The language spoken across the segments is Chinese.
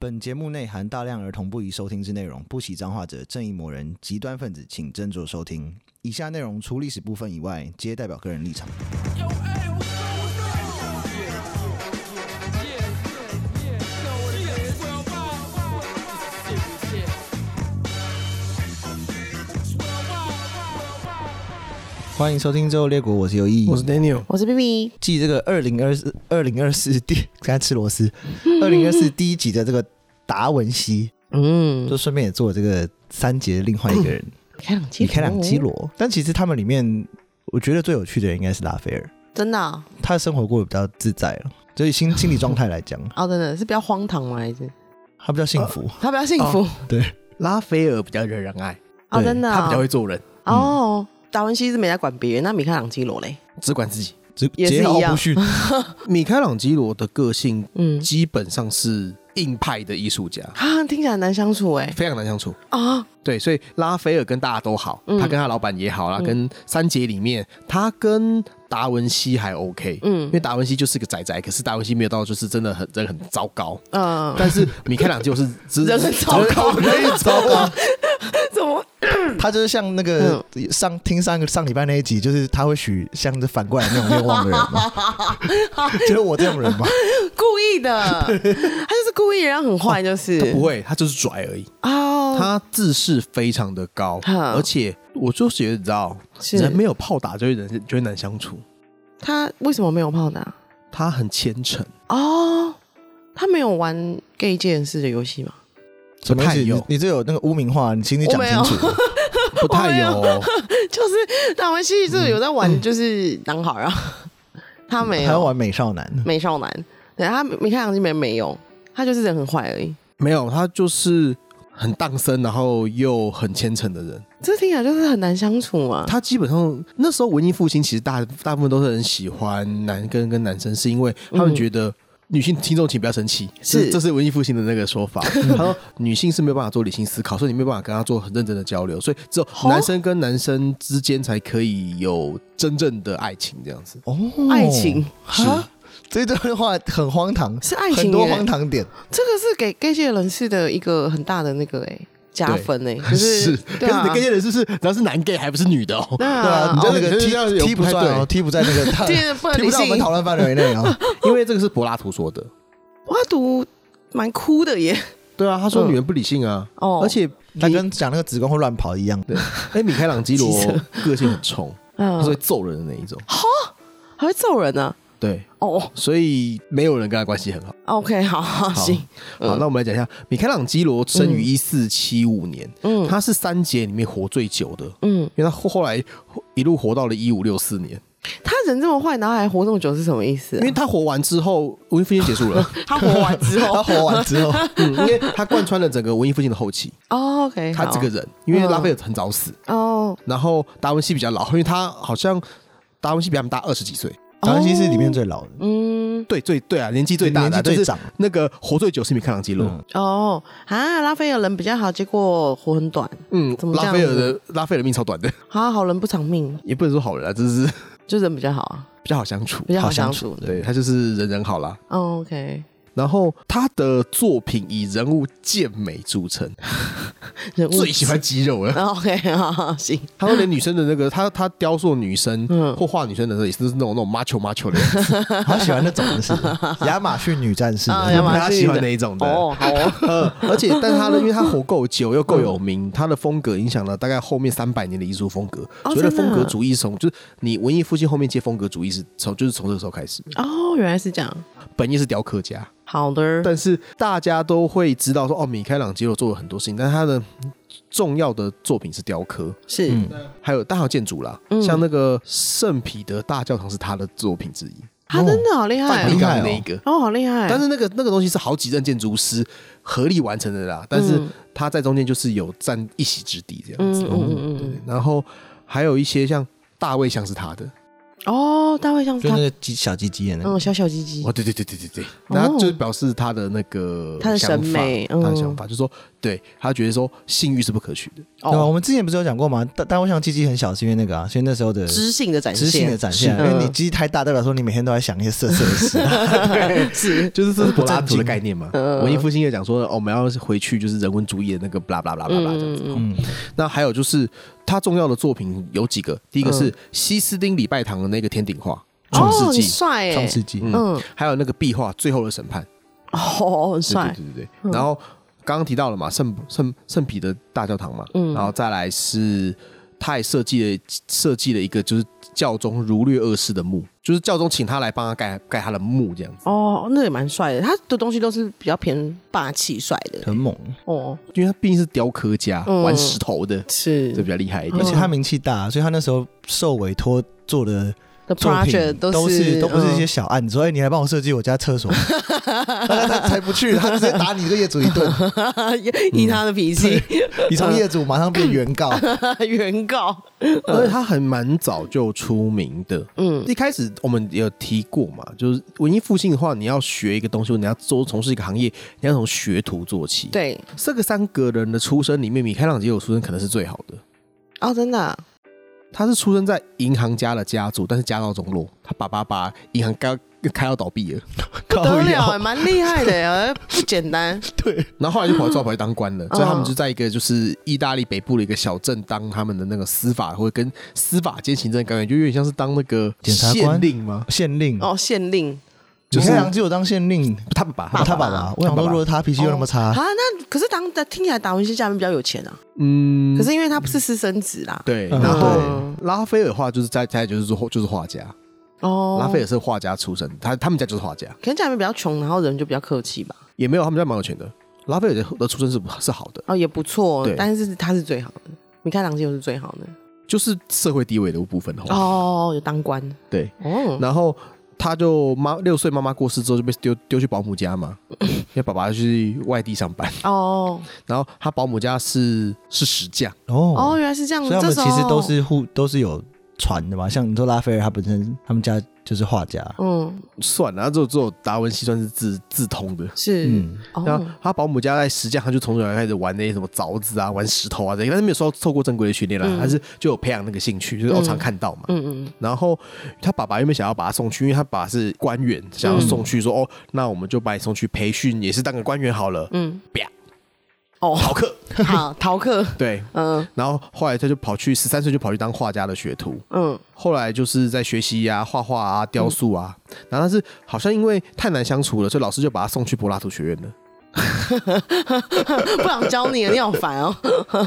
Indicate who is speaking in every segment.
Speaker 1: 本节目内含大量儿童不宜收听之内容，不喜脏话者、正义魔人、极端分子，请斟酌收听。以下内容除历史部分以外，皆代表个人立场。欢迎收听《最后列国》，我是尤毅，
Speaker 2: 我是 Daniel，
Speaker 3: 我是 B B，
Speaker 1: 继这个二零二四、二零二四第，刚才吃螺 丝，二零二四第一集的这个达文西，
Speaker 3: 嗯，
Speaker 1: 就顺便也做这个三节另外一个人，
Speaker 3: 开朗基，
Speaker 1: 米开朗基，罗。但其实他们里面，我觉得最有趣的人应该是拉斐尔，
Speaker 3: 真的啊
Speaker 1: 他的生活过得比较自在了，所以心心理状态来 讲，
Speaker 3: 哦，真的是比较荒唐吗？还是
Speaker 1: 他比较幸福。
Speaker 3: 他比较幸福？
Speaker 2: 拉斐尔比较惹人爱，
Speaker 3: 哦，
Speaker 1: 对
Speaker 3: 真的啊，
Speaker 2: 他比较会嗯做人，
Speaker 3: 哦。达文西是没在管别人，那米开朗基罗嘞，
Speaker 2: 只管自己。
Speaker 1: 桀
Speaker 3: 也是一
Speaker 1: 桀
Speaker 3: 样
Speaker 1: 骜不 驯，
Speaker 2: 米开朗基罗的个性
Speaker 3: 嗯，
Speaker 2: 基本上是硬派的艺术家，
Speaker 3: 啊，听起来很难相处哎，
Speaker 2: 非常难相处。
Speaker 3: 啊，
Speaker 2: 对，所以拉斐尔跟大家都好，
Speaker 3: 嗯
Speaker 2: 他跟他老板也好啦，
Speaker 3: 嗯
Speaker 2: 跟三杰里面，他跟达文西还 OK，、
Speaker 3: 嗯
Speaker 2: 因为达文西就是个宅宅，可是达文西没有到就是真的很真的很糟 糕，
Speaker 3: 嗯，
Speaker 2: 但是米开朗基罗是只
Speaker 3: 人很糟糕
Speaker 2: 人很糟 糕，
Speaker 3: 怎么
Speaker 1: 他就是像那个
Speaker 3: 嗯
Speaker 1: 上听上个上礼拜那一集，就是他会许像这反过来那种愿望的人 嘛，就是我这种人嘛。
Speaker 3: 故意的？ 他就是故意让很坏，就是
Speaker 2: 哦他不会，他就是拽而已，
Speaker 3: 哦，
Speaker 2: 他自视非常的高，
Speaker 3: 嗯
Speaker 2: 而且我就觉得你知道，
Speaker 3: 是
Speaker 2: 人没有炮打就会人就会难相处，
Speaker 3: 他为什么没有炮打？
Speaker 2: 他很虔 诚，
Speaker 3: 哦，他没有玩 gay 这件事的游戏吗？
Speaker 1: 什么意
Speaker 2: 不太
Speaker 1: 思？你
Speaker 2: 有
Speaker 1: 你这有那个污名化，你请你讲清楚。
Speaker 2: 不太有哦，
Speaker 3: 就是达文西就是有在
Speaker 2: 嗯
Speaker 3: 玩，就是男孩啊，他没
Speaker 1: 还要
Speaker 3: 有
Speaker 1: 玩美少男，
Speaker 3: 美少男，对他米开朗基罗没有，他就是人很坏而已。
Speaker 2: 没有，他就是很荡生，然后又很虔诚的人。
Speaker 3: 这听起来就是很难相处嘛。
Speaker 2: 他基本上那时候文艺复兴，其实大大部分都是很喜欢男跟跟男生，是因为他们
Speaker 3: 嗯
Speaker 2: 觉得。女性听众请不要生气，
Speaker 3: 是
Speaker 2: 这这是文艺复兴的那个说 法。他说女性是没有办法做理性思考，所以你没有办法跟她做很认真的交流，所以只有
Speaker 3: 哦
Speaker 2: 男生跟男生之间才可以有真正的爱情这样子。，
Speaker 1: 哦，
Speaker 3: 爱情
Speaker 1: 是
Speaker 3: 哈
Speaker 1: 这段话很荒唐，
Speaker 3: 是爱情耶
Speaker 1: 很多荒唐点。
Speaker 3: 这个是给 gay 界人士的一个很大的那个哎、加分哎、就是是
Speaker 2: 可
Speaker 3: 对
Speaker 2: 是
Speaker 3: 啊
Speaker 2: 你，跟些人是是，然后是男 gay 还不是女的哦，
Speaker 3: 对
Speaker 1: 对啊，
Speaker 3: 啊
Speaker 1: 你，知道那
Speaker 2: 这
Speaker 3: 哦
Speaker 1: 个
Speaker 2: 哦这
Speaker 1: 踢
Speaker 2: 个这
Speaker 1: 踢
Speaker 2: 样
Speaker 1: 不
Speaker 2: 不太
Speaker 1: 算哦，踢不在那 个
Speaker 3: 这个不能
Speaker 1: 踢不
Speaker 3: 理
Speaker 1: 在我们
Speaker 3: 性
Speaker 1: 讨。论范围内哦。
Speaker 2: 因为这个是柏拉图说的。
Speaker 3: 哇，读蛮哭的耶。
Speaker 2: 对啊，他说
Speaker 3: 嗯
Speaker 2: 女人不理性啊，
Speaker 3: 哦，
Speaker 2: 而且
Speaker 1: 他
Speaker 2: 你
Speaker 1: 跟讲那个子宫会乱跑一样。
Speaker 2: 对，哎，米开朗基
Speaker 3: 记
Speaker 2: 罗
Speaker 3: 者
Speaker 2: 个性很冲，他
Speaker 3: 嗯
Speaker 2: 是会揍人的那一种。
Speaker 3: 还会揍人呢、
Speaker 2: 对，
Speaker 3: 哦
Speaker 2: 所以没有人跟他关系很好。
Speaker 3: ，OK，好好
Speaker 2: 好
Speaker 3: 行，嗯
Speaker 2: 好，那我们来讲一下，米开朗基罗生于一四七五年，
Speaker 3: 嗯
Speaker 2: 他是三杰里面活最久的，因
Speaker 3: 嗯，
Speaker 2: 为他后后来一路活到了一五六四年，
Speaker 3: 他人这么坏，然后还活这么久是什么意思、
Speaker 2: 因为
Speaker 3: 啊？
Speaker 2: 他活完之后，文艺复兴结 束了，
Speaker 3: 他活完之
Speaker 1: 他
Speaker 3: 后，
Speaker 1: 活完之后，
Speaker 2: 嗯，因为他贯穿了整个文艺复兴的后期。
Speaker 3: 哦，OK，
Speaker 2: 他
Speaker 3: 好嗯
Speaker 2: 这个人，因为拉斐尔很早死，
Speaker 3: 哦，
Speaker 2: 然后达文西比较老，因为他好像达文西比他们大二十几岁，
Speaker 1: 达文西是里面最老的，
Speaker 3: 嗯，
Speaker 2: 对，最对啊，年纪最大的啊，
Speaker 1: 年纪最
Speaker 2: 但是
Speaker 1: 长
Speaker 2: 那个活最久是米开朗基罗。
Speaker 1: 嗯
Speaker 3: 哦，啊，拉斐尔人比较好，结果活很短，
Speaker 2: 嗯
Speaker 3: 怎，么这
Speaker 2: 拉
Speaker 3: 样
Speaker 2: 斐尔的拉斐尔的命超短的，
Speaker 3: 啊，好人不长命，
Speaker 2: 也不能说好人啊，就是
Speaker 3: 就人比较好啊。
Speaker 2: 比较好相处，
Speaker 3: 比较好
Speaker 2: 相
Speaker 3: 相处
Speaker 2: 对他就是人人好啦。
Speaker 3: 哦、OK，
Speaker 2: 然后他的作品以人物健美著称，
Speaker 3: 人物
Speaker 2: 最喜欢肌肉了。
Speaker 3: 啊 OK，好 好行，
Speaker 2: 他说连女生的那个，他他雕塑女生
Speaker 3: 嗯
Speaker 2: 或画女生的时候，也是那种那种 macho macho 的样子，
Speaker 1: 他喜欢那种的是哦 亚马逊女战士的
Speaker 3: 啊
Speaker 1: 那
Speaker 3: 亚
Speaker 1: 种。
Speaker 3: 马逊
Speaker 2: 他喜欢那一种的。
Speaker 3: 哦，好哦，
Speaker 2: 呃，而且，但他呢，因为他活够久又够有名，他的风格影响了大概后面三百年的艺术风格。
Speaker 3: 哦
Speaker 2: 所谓的
Speaker 3: 真的
Speaker 2: 风格主义是从，就是你文艺复兴后面接风格主义是从，就是从这个时候开始的。
Speaker 3: 哦，原来是这样，
Speaker 2: 本意是雕刻家，
Speaker 3: 好的，
Speaker 2: 但是大家都会知道说，哦，米开朗基罗做了很多事情，但他的重要的作品是雕刻，
Speaker 3: 是、
Speaker 1: 嗯
Speaker 2: 还有大有建筑啦，
Speaker 3: 嗯
Speaker 2: 像那个圣彼得大教堂是他的作品之一，
Speaker 3: 他啊真的好厉害
Speaker 2: 梵
Speaker 1: 厉
Speaker 2: 蒂
Speaker 1: 害
Speaker 2: 冈
Speaker 3: 哦，
Speaker 2: 的那一个。
Speaker 3: 哦，好厉害，
Speaker 2: 但是那个那个东西是好几任建筑师合力完成的啦，但是
Speaker 3: 嗯
Speaker 2: 他在中间就是有占一席之地这样子。
Speaker 3: 嗯嗯嗯嗯
Speaker 2: 对然后还有一些像大卫像是他的，
Speaker 3: 嗯哦，大卫像是
Speaker 1: 就
Speaker 3: 他
Speaker 1: 那，个鸡小鸡鸡的那个
Speaker 3: 嗯，小小鸡鸡
Speaker 2: 哦，对对对对对对，那就是表示他的那个
Speaker 3: 他的
Speaker 2: 想法
Speaker 3: 审美嗯
Speaker 2: 他的想法就是说对他觉得说性欲是不可取的，
Speaker 1: 对吧？我
Speaker 3: 哦，
Speaker 1: 们之前不是有讲过吗？但但我想鸡鸡很小是因为那个啊，是因为那时候的
Speaker 3: 知性的展
Speaker 1: 知性的
Speaker 3: 现，
Speaker 1: 展现啊，
Speaker 3: 是
Speaker 1: 因为你
Speaker 3: 嗯
Speaker 1: 鸡鸡太大，代表说你每天都在想一些色色的事 啊。
Speaker 3: 是
Speaker 2: 就是这是柏
Speaker 1: 不正
Speaker 2: 拉图
Speaker 1: 经
Speaker 2: 的概念嘛。
Speaker 3: 嗯
Speaker 2: 文艺复兴也讲说，哦，我们要回去就是人文主义的那个巴拉巴拉巴拉巴拉这样子。
Speaker 1: 嗯，
Speaker 2: 那还有就是他重要的作品有几个，第一个是西斯丁礼拜堂的那个天顶画《创
Speaker 3: 嗯哦，
Speaker 2: 世
Speaker 3: 很
Speaker 2: 纪》
Speaker 3: 帅
Speaker 1: 创
Speaker 3: 哎，
Speaker 1: 世纪，
Speaker 3: 嗯，
Speaker 2: 还有那个壁画《最后的审判》。
Speaker 3: 哦，很
Speaker 2: 对
Speaker 3: 帅，
Speaker 2: 对对对对。然后刚刚提到了嘛，圣圣圣彼得大教堂嘛，
Speaker 3: 嗯
Speaker 2: 然后再来是他也设计了设计了一个就是教宗儒略二世的墓，就是教宗请他来帮他盖盖他的墓这样子，
Speaker 3: 哦，那也蛮帅的，他的东西都是比较偏霸气帅的
Speaker 1: 很猛，
Speaker 3: 哦，
Speaker 2: 因为他毕竟是雕刻家，
Speaker 3: 嗯
Speaker 2: 玩石头的，
Speaker 3: 是
Speaker 2: 这比较厉害一
Speaker 1: 而
Speaker 2: 点。
Speaker 1: 且他名气大，所以他那时候受委托做的
Speaker 3: 的
Speaker 1: 作品
Speaker 3: project
Speaker 1: 都
Speaker 3: 是
Speaker 1: 都不是一些
Speaker 3: 嗯
Speaker 1: 小案子，所哎以你来帮我设计我家厕 所，他他才不去，他直接打你这个业主一 顿，
Speaker 3: 嗯以他的脾气
Speaker 1: 你从业主马上变原告。
Speaker 3: 嗯 原告，
Speaker 2: 而且他很蛮早就出名的，
Speaker 3: 嗯
Speaker 2: 一开始我们也有提过嘛，就是文艺复兴的话，你要学一个东西，你要做从事一个行业，你要从学徒做起。，
Speaker 3: 对，
Speaker 2: 这个三个人的出身里面，米开朗基罗出身可能是最好的。
Speaker 3: 哦，真的啊，
Speaker 2: 他是出生在银行家的家族，但是家道中落，他爸爸把银行开开到倒闭了，
Speaker 3: 不得了欸，蛮厉害的欸，不简单，
Speaker 2: 然后后来就跑到跑去当官了，所以他们
Speaker 3: 嗯
Speaker 2: 就在一个就是意大利北部的一个小镇当他们的那个司法，或者跟司法兼行政官员，就有点像是当那个
Speaker 1: 检察官
Speaker 2: 县令吗？
Speaker 1: 县令，
Speaker 3: 哦，嗯县令
Speaker 1: 米
Speaker 2: 就是
Speaker 1: 开朗基罗当县令，
Speaker 2: 他爸爸，
Speaker 1: 他爸爸，我想说，
Speaker 2: 他爸
Speaker 1: 如
Speaker 2: 爸
Speaker 1: 果他脾气又那么
Speaker 3: 啊，
Speaker 1: 差，
Speaker 3: 那可是当听起来达文西家人比较有钱啊，
Speaker 2: 嗯，
Speaker 3: 可是因为他不是私生子啦，
Speaker 2: 对，
Speaker 1: 嗯
Speaker 2: 然后
Speaker 3: 嗯
Speaker 2: 拉斐尔的话就是在在就是说就是画家，
Speaker 3: 哦，
Speaker 2: 拉斐尔是画家出身，他他们家就是画家，
Speaker 3: 可能家里面比较穷，然后人就比较客气吧。
Speaker 2: 也没有他们家蛮有钱的，拉斐尔的的出身是是好的，
Speaker 3: 哦，也不错
Speaker 2: 对，
Speaker 3: 但是他是最好的。米开朗基罗是最好的
Speaker 2: 就是社会地位的部分哦，
Speaker 3: 哦，有当官
Speaker 2: 对，
Speaker 3: 哦，
Speaker 2: 然后他就妈六岁妈妈过世之后就被丢丢去保姆家 嘛，因为爸爸去外地上班，
Speaker 3: 哦
Speaker 2: 然后他保姆家是是石匠，
Speaker 1: 哦
Speaker 3: 哦，，原来是这样。
Speaker 1: 所以他们
Speaker 3: 这
Speaker 1: 其实都
Speaker 3: 时候
Speaker 1: 是互都是有传的嘛，像你说拉斐尔，他本身他们家就是画家，
Speaker 3: 嗯，
Speaker 2: 算了，然后只有只有达文西算是自自通的。
Speaker 3: 是
Speaker 1: 嗯，
Speaker 2: 然
Speaker 3: 哦
Speaker 2: 后他保姆家在石匠，他就从小开始玩那些什么凿子啊、玩石头啊这些，但是没有受到透过正规的训练啦，
Speaker 3: 嗯
Speaker 2: 他是就有培养那个兴趣，就是我
Speaker 3: 嗯
Speaker 2: 常看到嘛。
Speaker 3: 嗯嗯
Speaker 2: 然后他爸爸原本想要把他送去，因为他爸爸是官员，想要送去说、哦，那我们就把你送去培训，也是当个官员好了，
Speaker 3: 嗯
Speaker 2: 啪，
Speaker 3: 哦，
Speaker 2: 逃课。
Speaker 3: 好，逃课，
Speaker 2: 对，
Speaker 3: 嗯
Speaker 2: 然后后来他就跑去十三岁就跑去当画家的学徒，
Speaker 3: 嗯
Speaker 2: 后来就是在学习啊、画画啊、雕塑啊。然后但是好像因为太难相处了，所以老师就把他送去柏拉图学院了。
Speaker 3: 不想教你了，你好烦哦。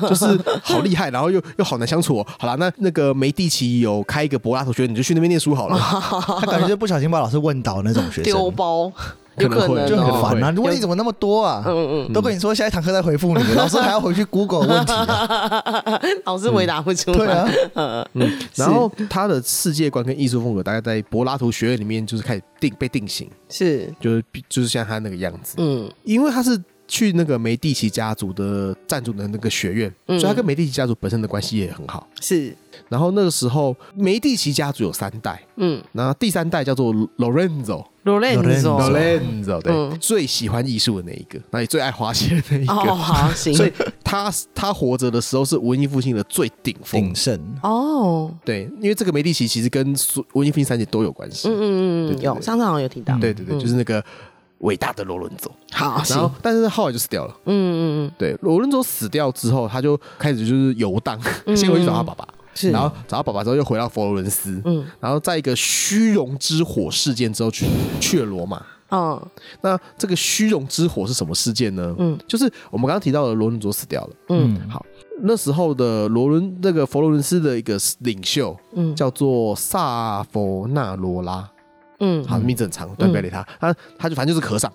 Speaker 2: 就是好厉害，然后又又好难相处、哦。好啦，那那个梅蒂奇有开一个柏拉图学院，你就去那边念书好了。
Speaker 1: 他感觉就不小心把老师问倒那种学
Speaker 3: 丢
Speaker 1: 生，
Speaker 3: 包，有
Speaker 2: 可能会
Speaker 3: 能
Speaker 1: 就很
Speaker 3: 哦
Speaker 1: 烦啊！问你怎么那么多啊？
Speaker 3: 嗯
Speaker 1: 都跟你说下一堂课再回复你，老师还要回去 Google 问题 啊。
Speaker 3: 嗯， 老师回答不出
Speaker 1: 对啊
Speaker 3: 来，，嗯
Speaker 2: 嗯，然后他的世界观跟艺术风格大概在柏拉图学院里面就是开始定被定型，
Speaker 3: 是
Speaker 2: 就是就是像他那个样子。
Speaker 3: 嗯
Speaker 2: 因为他是去那个梅蒂奇家族的赞助的那个学院，
Speaker 3: 嗯
Speaker 2: 所以他跟梅蒂奇家族本身的关系也很好。
Speaker 3: 是
Speaker 2: 然后那个时候梅蒂奇家族有三代，
Speaker 3: 嗯
Speaker 2: 然后第三代叫做 Lorenzo。
Speaker 1: Lorenzo
Speaker 3: ，Lorenzo。
Speaker 2: Lorenzo 对，
Speaker 3: 嗯
Speaker 2: 最喜欢艺术的那一个，那也最爱花钱的那一个。
Speaker 3: 哦，好行，
Speaker 2: 所以他他活着的时候是文艺复兴的最顶峰
Speaker 1: 鼎。盛，
Speaker 3: 哦，
Speaker 2: 对，因为这个梅蒂奇其实跟所文艺复兴三杰都有关系。
Speaker 3: 嗯嗯
Speaker 2: 对
Speaker 3: 嗯，啊
Speaker 2: 对
Speaker 3: 有
Speaker 2: 对
Speaker 3: 上次好像有提到，
Speaker 2: 对对对，就是那个伟大的罗伦佐。
Speaker 3: 好
Speaker 2: 然后
Speaker 3: 行，，
Speaker 2: 但是后来就死掉了。
Speaker 3: 嗯嗯
Speaker 2: 对，罗伦佐死掉之后，他就开始就是游荡，先回去找他爸爸，
Speaker 3: 嗯是
Speaker 2: 然后找他爸爸之后又回到佛罗伦斯，
Speaker 3: 嗯
Speaker 2: 然后在一个虚荣之火事件之后去去了罗马。
Speaker 3: 嗯嗯
Speaker 2: 那这个虚荣之火是什么事件呢？
Speaker 3: 嗯，
Speaker 2: 就是我们刚刚提到的罗伦佐死掉了。
Speaker 1: 嗯，
Speaker 2: 好，那时候的罗伦那个佛罗伦斯的一个领袖
Speaker 3: 嗯
Speaker 2: 叫做萨佛纳罗拉，
Speaker 3: 嗯
Speaker 2: 好，名字很长，但不要理他。他他就反正就是和尚，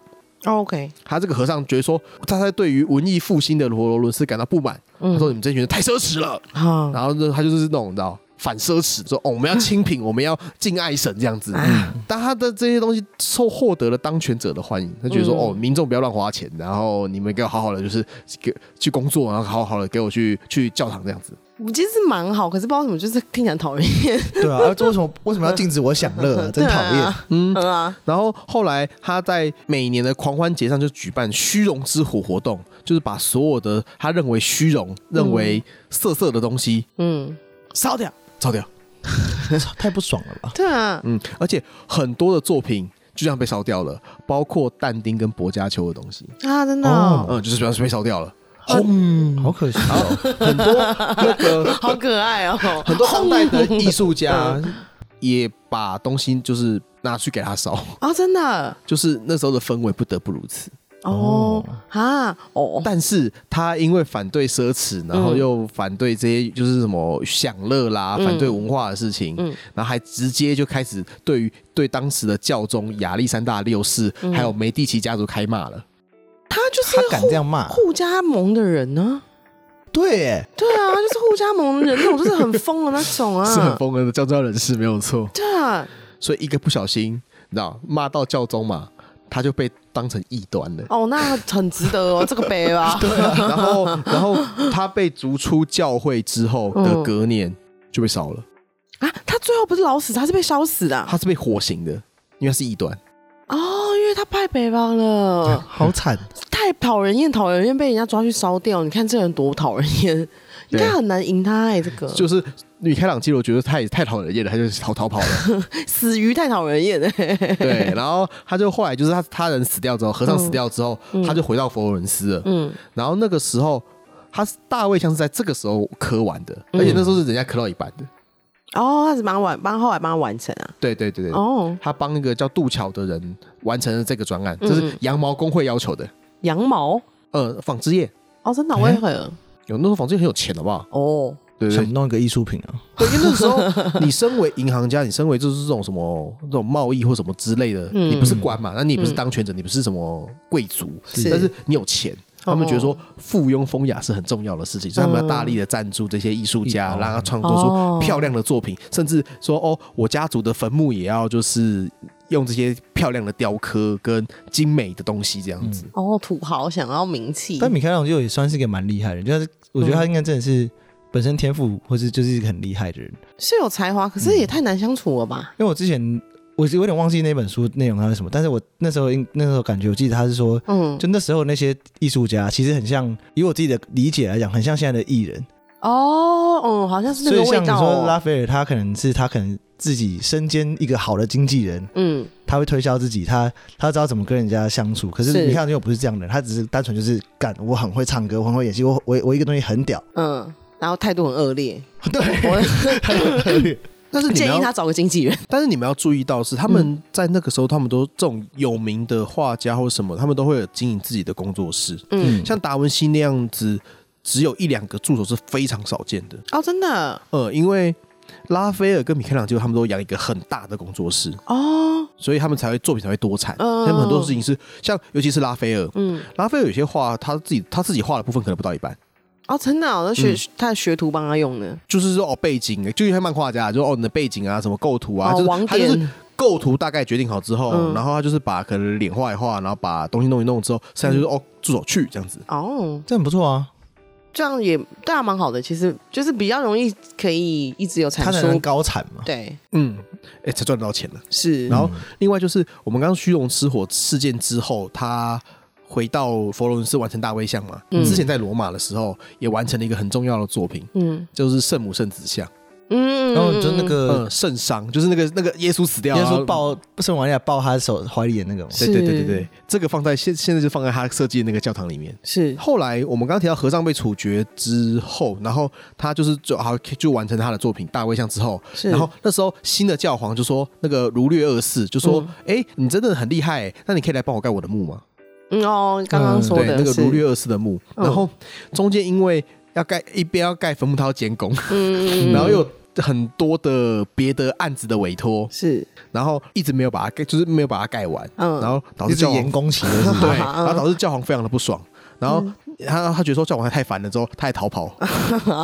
Speaker 3: 哦，OK，
Speaker 2: 他这个和尚觉得说，他在对于文艺复兴的佛罗伦斯感到不满，他
Speaker 3: 嗯
Speaker 2: 说你们这群人太奢侈了。
Speaker 3: 好，
Speaker 2: 然后呢，他就是那种你知道反奢侈，说哦我们要清贫，我们要敬爱神这样子。
Speaker 3: 嗯
Speaker 2: 但他的这些东西受获得了当权者的欢迎，他觉得说、
Speaker 3: 嗯
Speaker 2: 哦，民众不要乱花钱，然后你们给我好好的就是给去工作，然后好好的给我去去教堂这样子。
Speaker 3: 我其实是蛮好，可是不知道为什么，就是听起来很讨人厌。
Speaker 1: 对啊，啊这为什么为什么要禁止我享乐 啊？真讨
Speaker 3: 对
Speaker 1: 厌。
Speaker 3: 啊，嗯啊，
Speaker 2: 然后后来他在每年的狂欢节上就举办虚荣之火活动，就是把所有的他认为虚荣、认为色色的东西
Speaker 3: 嗯，
Speaker 1: 烧掉，
Speaker 2: 烧掉。
Speaker 1: 太不爽了吧？
Speaker 3: 对啊，
Speaker 2: 嗯，而且很多的作品就这样被烧掉了，包括但丁跟薄伽丘的东西，
Speaker 3: 啊，真的哦，
Speaker 2: 嗯，就是主要是被烧掉了。
Speaker 1: 好可惜
Speaker 2: 然后
Speaker 1: 哦。
Speaker 2: 很多那个
Speaker 3: 好可爱哦，
Speaker 2: 很多当代的艺术家也把东西就是拿去给他烧，
Speaker 3: 啊，真的
Speaker 2: 就是那时候的氛围不得不如此。
Speaker 3: 哦啊哦，
Speaker 2: 但是他因为反对奢侈，然后
Speaker 3: 嗯
Speaker 2: 又反对这些就是什么享乐啦，
Speaker 3: 嗯
Speaker 2: 反对文化的事情，
Speaker 3: 嗯
Speaker 2: 然后还直接就开始对于对当时的教宗亚历山大六世、
Speaker 3: 嗯
Speaker 2: 还有梅第奇家族开骂了。
Speaker 3: 他就是
Speaker 1: 他敢这样骂？
Speaker 3: 互加盟的人呢、
Speaker 1: 对耶，
Speaker 3: 对啊，就是互加盟的人那种，就是很疯的那种啊，
Speaker 2: 是很疯狂的教宗人士，没有错。
Speaker 3: 对啊，
Speaker 2: 所以一个不小心，你知道骂到教宗嘛，他就被当成异端了。
Speaker 3: 哦，那很值得哦，这个 杯吧，
Speaker 2: 对、啊， 然后然后他被逐出教会之后的
Speaker 3: 嗯
Speaker 2: 隔年就被烧了，
Speaker 3: 啊，他最后不是老死，他是被烧死的啊、
Speaker 2: 他是被火刑的，因为他是异端。
Speaker 3: 哦，因为他派北方了，
Speaker 1: 好惨。
Speaker 3: 太讨人厌，讨人厌被人家抓去烧掉，你看这人多讨人厌，应
Speaker 2: 对
Speaker 3: 该很难赢他哎、这个
Speaker 2: 就是女开朗基罗觉得太太讨人厌了，他就逃逃跑 了。
Speaker 3: 死鱼太讨人厌了、欸，
Speaker 2: 对，然后他就后来就是他他人死掉之后，和尚
Speaker 3: 嗯
Speaker 2: 死掉之后，他就回到佛罗伦斯了。
Speaker 3: 嗯，
Speaker 2: 然后那个时候，他是大卫像是在这个时候磕完的，
Speaker 3: 嗯
Speaker 2: 而且那时候是人家磕到一半的。
Speaker 3: 哦，他是帮完，帮后来帮他完成啊，
Speaker 2: 对对对对，
Speaker 3: 哦，
Speaker 2: 他帮一个叫杜巧的人完成了这个专案，这
Speaker 3: 嗯
Speaker 2: 是羊毛工会要求的。
Speaker 3: 羊毛，
Speaker 2: 呃，纺织业
Speaker 3: 哦，真的
Speaker 1: 哎
Speaker 3: 我也会了，
Speaker 2: 有那时候纺织业很有钱，好不好？
Speaker 3: 哦，
Speaker 2: 对对
Speaker 1: 想
Speaker 2: 对，
Speaker 1: 弄一个艺术品啊，
Speaker 2: 对因为那时候你身为银行家，你身为就是这种什么这种贸易或什么之类的，
Speaker 3: 嗯
Speaker 2: 你不是官嘛，那你也不是当权者，你不是什么贵族，
Speaker 3: 是哦
Speaker 2: 但是你有钱。他们觉得说附庸风雅是很重要的事情，所以他们要大力的赞助这些艺术家，
Speaker 1: 嗯
Speaker 2: 让他创作出
Speaker 3: 嗯哦
Speaker 2: 漂亮的作品，甚至说哦，我家族的坟墓也要就是用这些漂亮的雕刻跟精美的东西这样子。
Speaker 3: 哦，土豪想要名气，
Speaker 1: 但米开朗基罗也算是一个蛮厉害的人，就是我觉得他应该真的是本身天赋，或是就是一个很厉害的人。
Speaker 3: 是有才华，可是也太难相处了吧？
Speaker 1: 因为我之前我有点忘记那本书内容它是什么，但是我那时候应那时候感觉我记得他是说，
Speaker 3: 嗯，
Speaker 1: 就那时候那些艺术家其实很像，以我自己的理解来讲，很像现在的艺人。
Speaker 3: 哦，嗯，好像是那
Speaker 1: 所以
Speaker 3: 个味
Speaker 1: 像你
Speaker 3: 道、
Speaker 1: 说拉
Speaker 3: 哦。
Speaker 1: 斐尔，他可能是他可能自己身兼一个好的经纪人，
Speaker 3: 嗯，
Speaker 1: 他会推销自己，他他知道怎么跟人家相处。可是
Speaker 3: 是
Speaker 1: 米开朗基罗不是这样的人，他只是单纯就是干，我很会唱歌，我很会演戏，我我我一个东西很 屌。
Speaker 3: 嗯，然后态度很恶劣，
Speaker 1: 对，他很恶劣
Speaker 2: 但是你们
Speaker 3: 建
Speaker 2: 要
Speaker 3: 议他找个经纪人。
Speaker 2: 但是你们要注意到是，他们在那个时候，他们都这种有名的画家或什么，他们都会有经营自己的工作室。
Speaker 3: 嗯，
Speaker 2: 像达文西那样子，只有一两个助手是非常少见的。
Speaker 3: 哦，真的
Speaker 2: 呃，因为拉斐尔跟米开朗基罗他们都养一个很大的工作室，
Speaker 3: 哦，
Speaker 2: 所以他们才会作品才会多产。
Speaker 3: 嗯
Speaker 2: 他们很多事情是像，尤其是拉斐尔，
Speaker 3: 嗯，
Speaker 2: 拉斐尔有些画他自己他自己画的部分可能不到一半。
Speaker 3: 哦，真的、哦，那学、他的学徒帮他用的，
Speaker 2: 就是说哦，背景就像漫画家，就哦你的背景啊，什么构图啊，
Speaker 3: 哦
Speaker 2: 就
Speaker 3: 网
Speaker 2: 是他就是
Speaker 3: 点
Speaker 2: 构图大概决定好之后，
Speaker 3: 嗯
Speaker 2: 然后他就是把可能脸画一画，然后把东西弄一弄之后，剩下就是、哦助手去这样子。
Speaker 3: 哦，
Speaker 1: 这很不错啊，
Speaker 3: 这样也对他蛮好的，其实就是比较容易可以一直有产
Speaker 1: 他才能
Speaker 3: 出，
Speaker 1: 高产嘛。
Speaker 3: 对，
Speaker 2: 嗯，哎，才赚得到钱了。
Speaker 3: 是
Speaker 2: 然后另外就是我们刚刚虚荣失火事件之后，他回到佛罗伦斯完成大卫像嘛，
Speaker 3: 嗯
Speaker 2: 之前在罗马的时候也完成了一个很重要的作品，
Speaker 3: 嗯
Speaker 2: 就是圣母圣子像，
Speaker 3: 嗯，嗯
Speaker 1: 然后就那个
Speaker 2: 嗯，圣殇，就是那个那个耶稣死掉啊，
Speaker 1: 耶稣抱圣玛利亚抱他手怀里的那个嘛，
Speaker 2: 对对对对
Speaker 3: 是
Speaker 2: 对，这个放在现现在就放在他设计的那个教堂里面。
Speaker 3: 是
Speaker 2: 后来我们刚刚提到和尚被处决之后，然后他就是就好就完成他的作品《大卫像》之后，
Speaker 3: 是，
Speaker 2: 然后那时候新的教皇就说那个儒略二世就说：“哎、你真的很厉害、那你可以来帮我盖我的墓吗
Speaker 3: 嗯哦，刚刚？”说
Speaker 2: 对，
Speaker 3: 的、
Speaker 2: 那个
Speaker 3: 是
Speaker 2: 儒略二世的墓。
Speaker 3: 嗯
Speaker 2: 然后中间因为要盖一边要盖坟墓，他要监工，
Speaker 3: 嗯，嗯嗯
Speaker 2: 然后又有很多的别的案子的委托，
Speaker 3: 是
Speaker 2: 然后一直没有把它盖，就是没有把它盖完，
Speaker 3: 嗯，
Speaker 2: 然后导
Speaker 1: 一
Speaker 2: 致
Speaker 1: 直
Speaker 2: 教皇
Speaker 1: 言攻起的是不是
Speaker 2: 对，
Speaker 3: 哈哈
Speaker 2: 然后导致教皇非常的不爽。然后他他觉得说教皇太烦了，之后他也逃跑，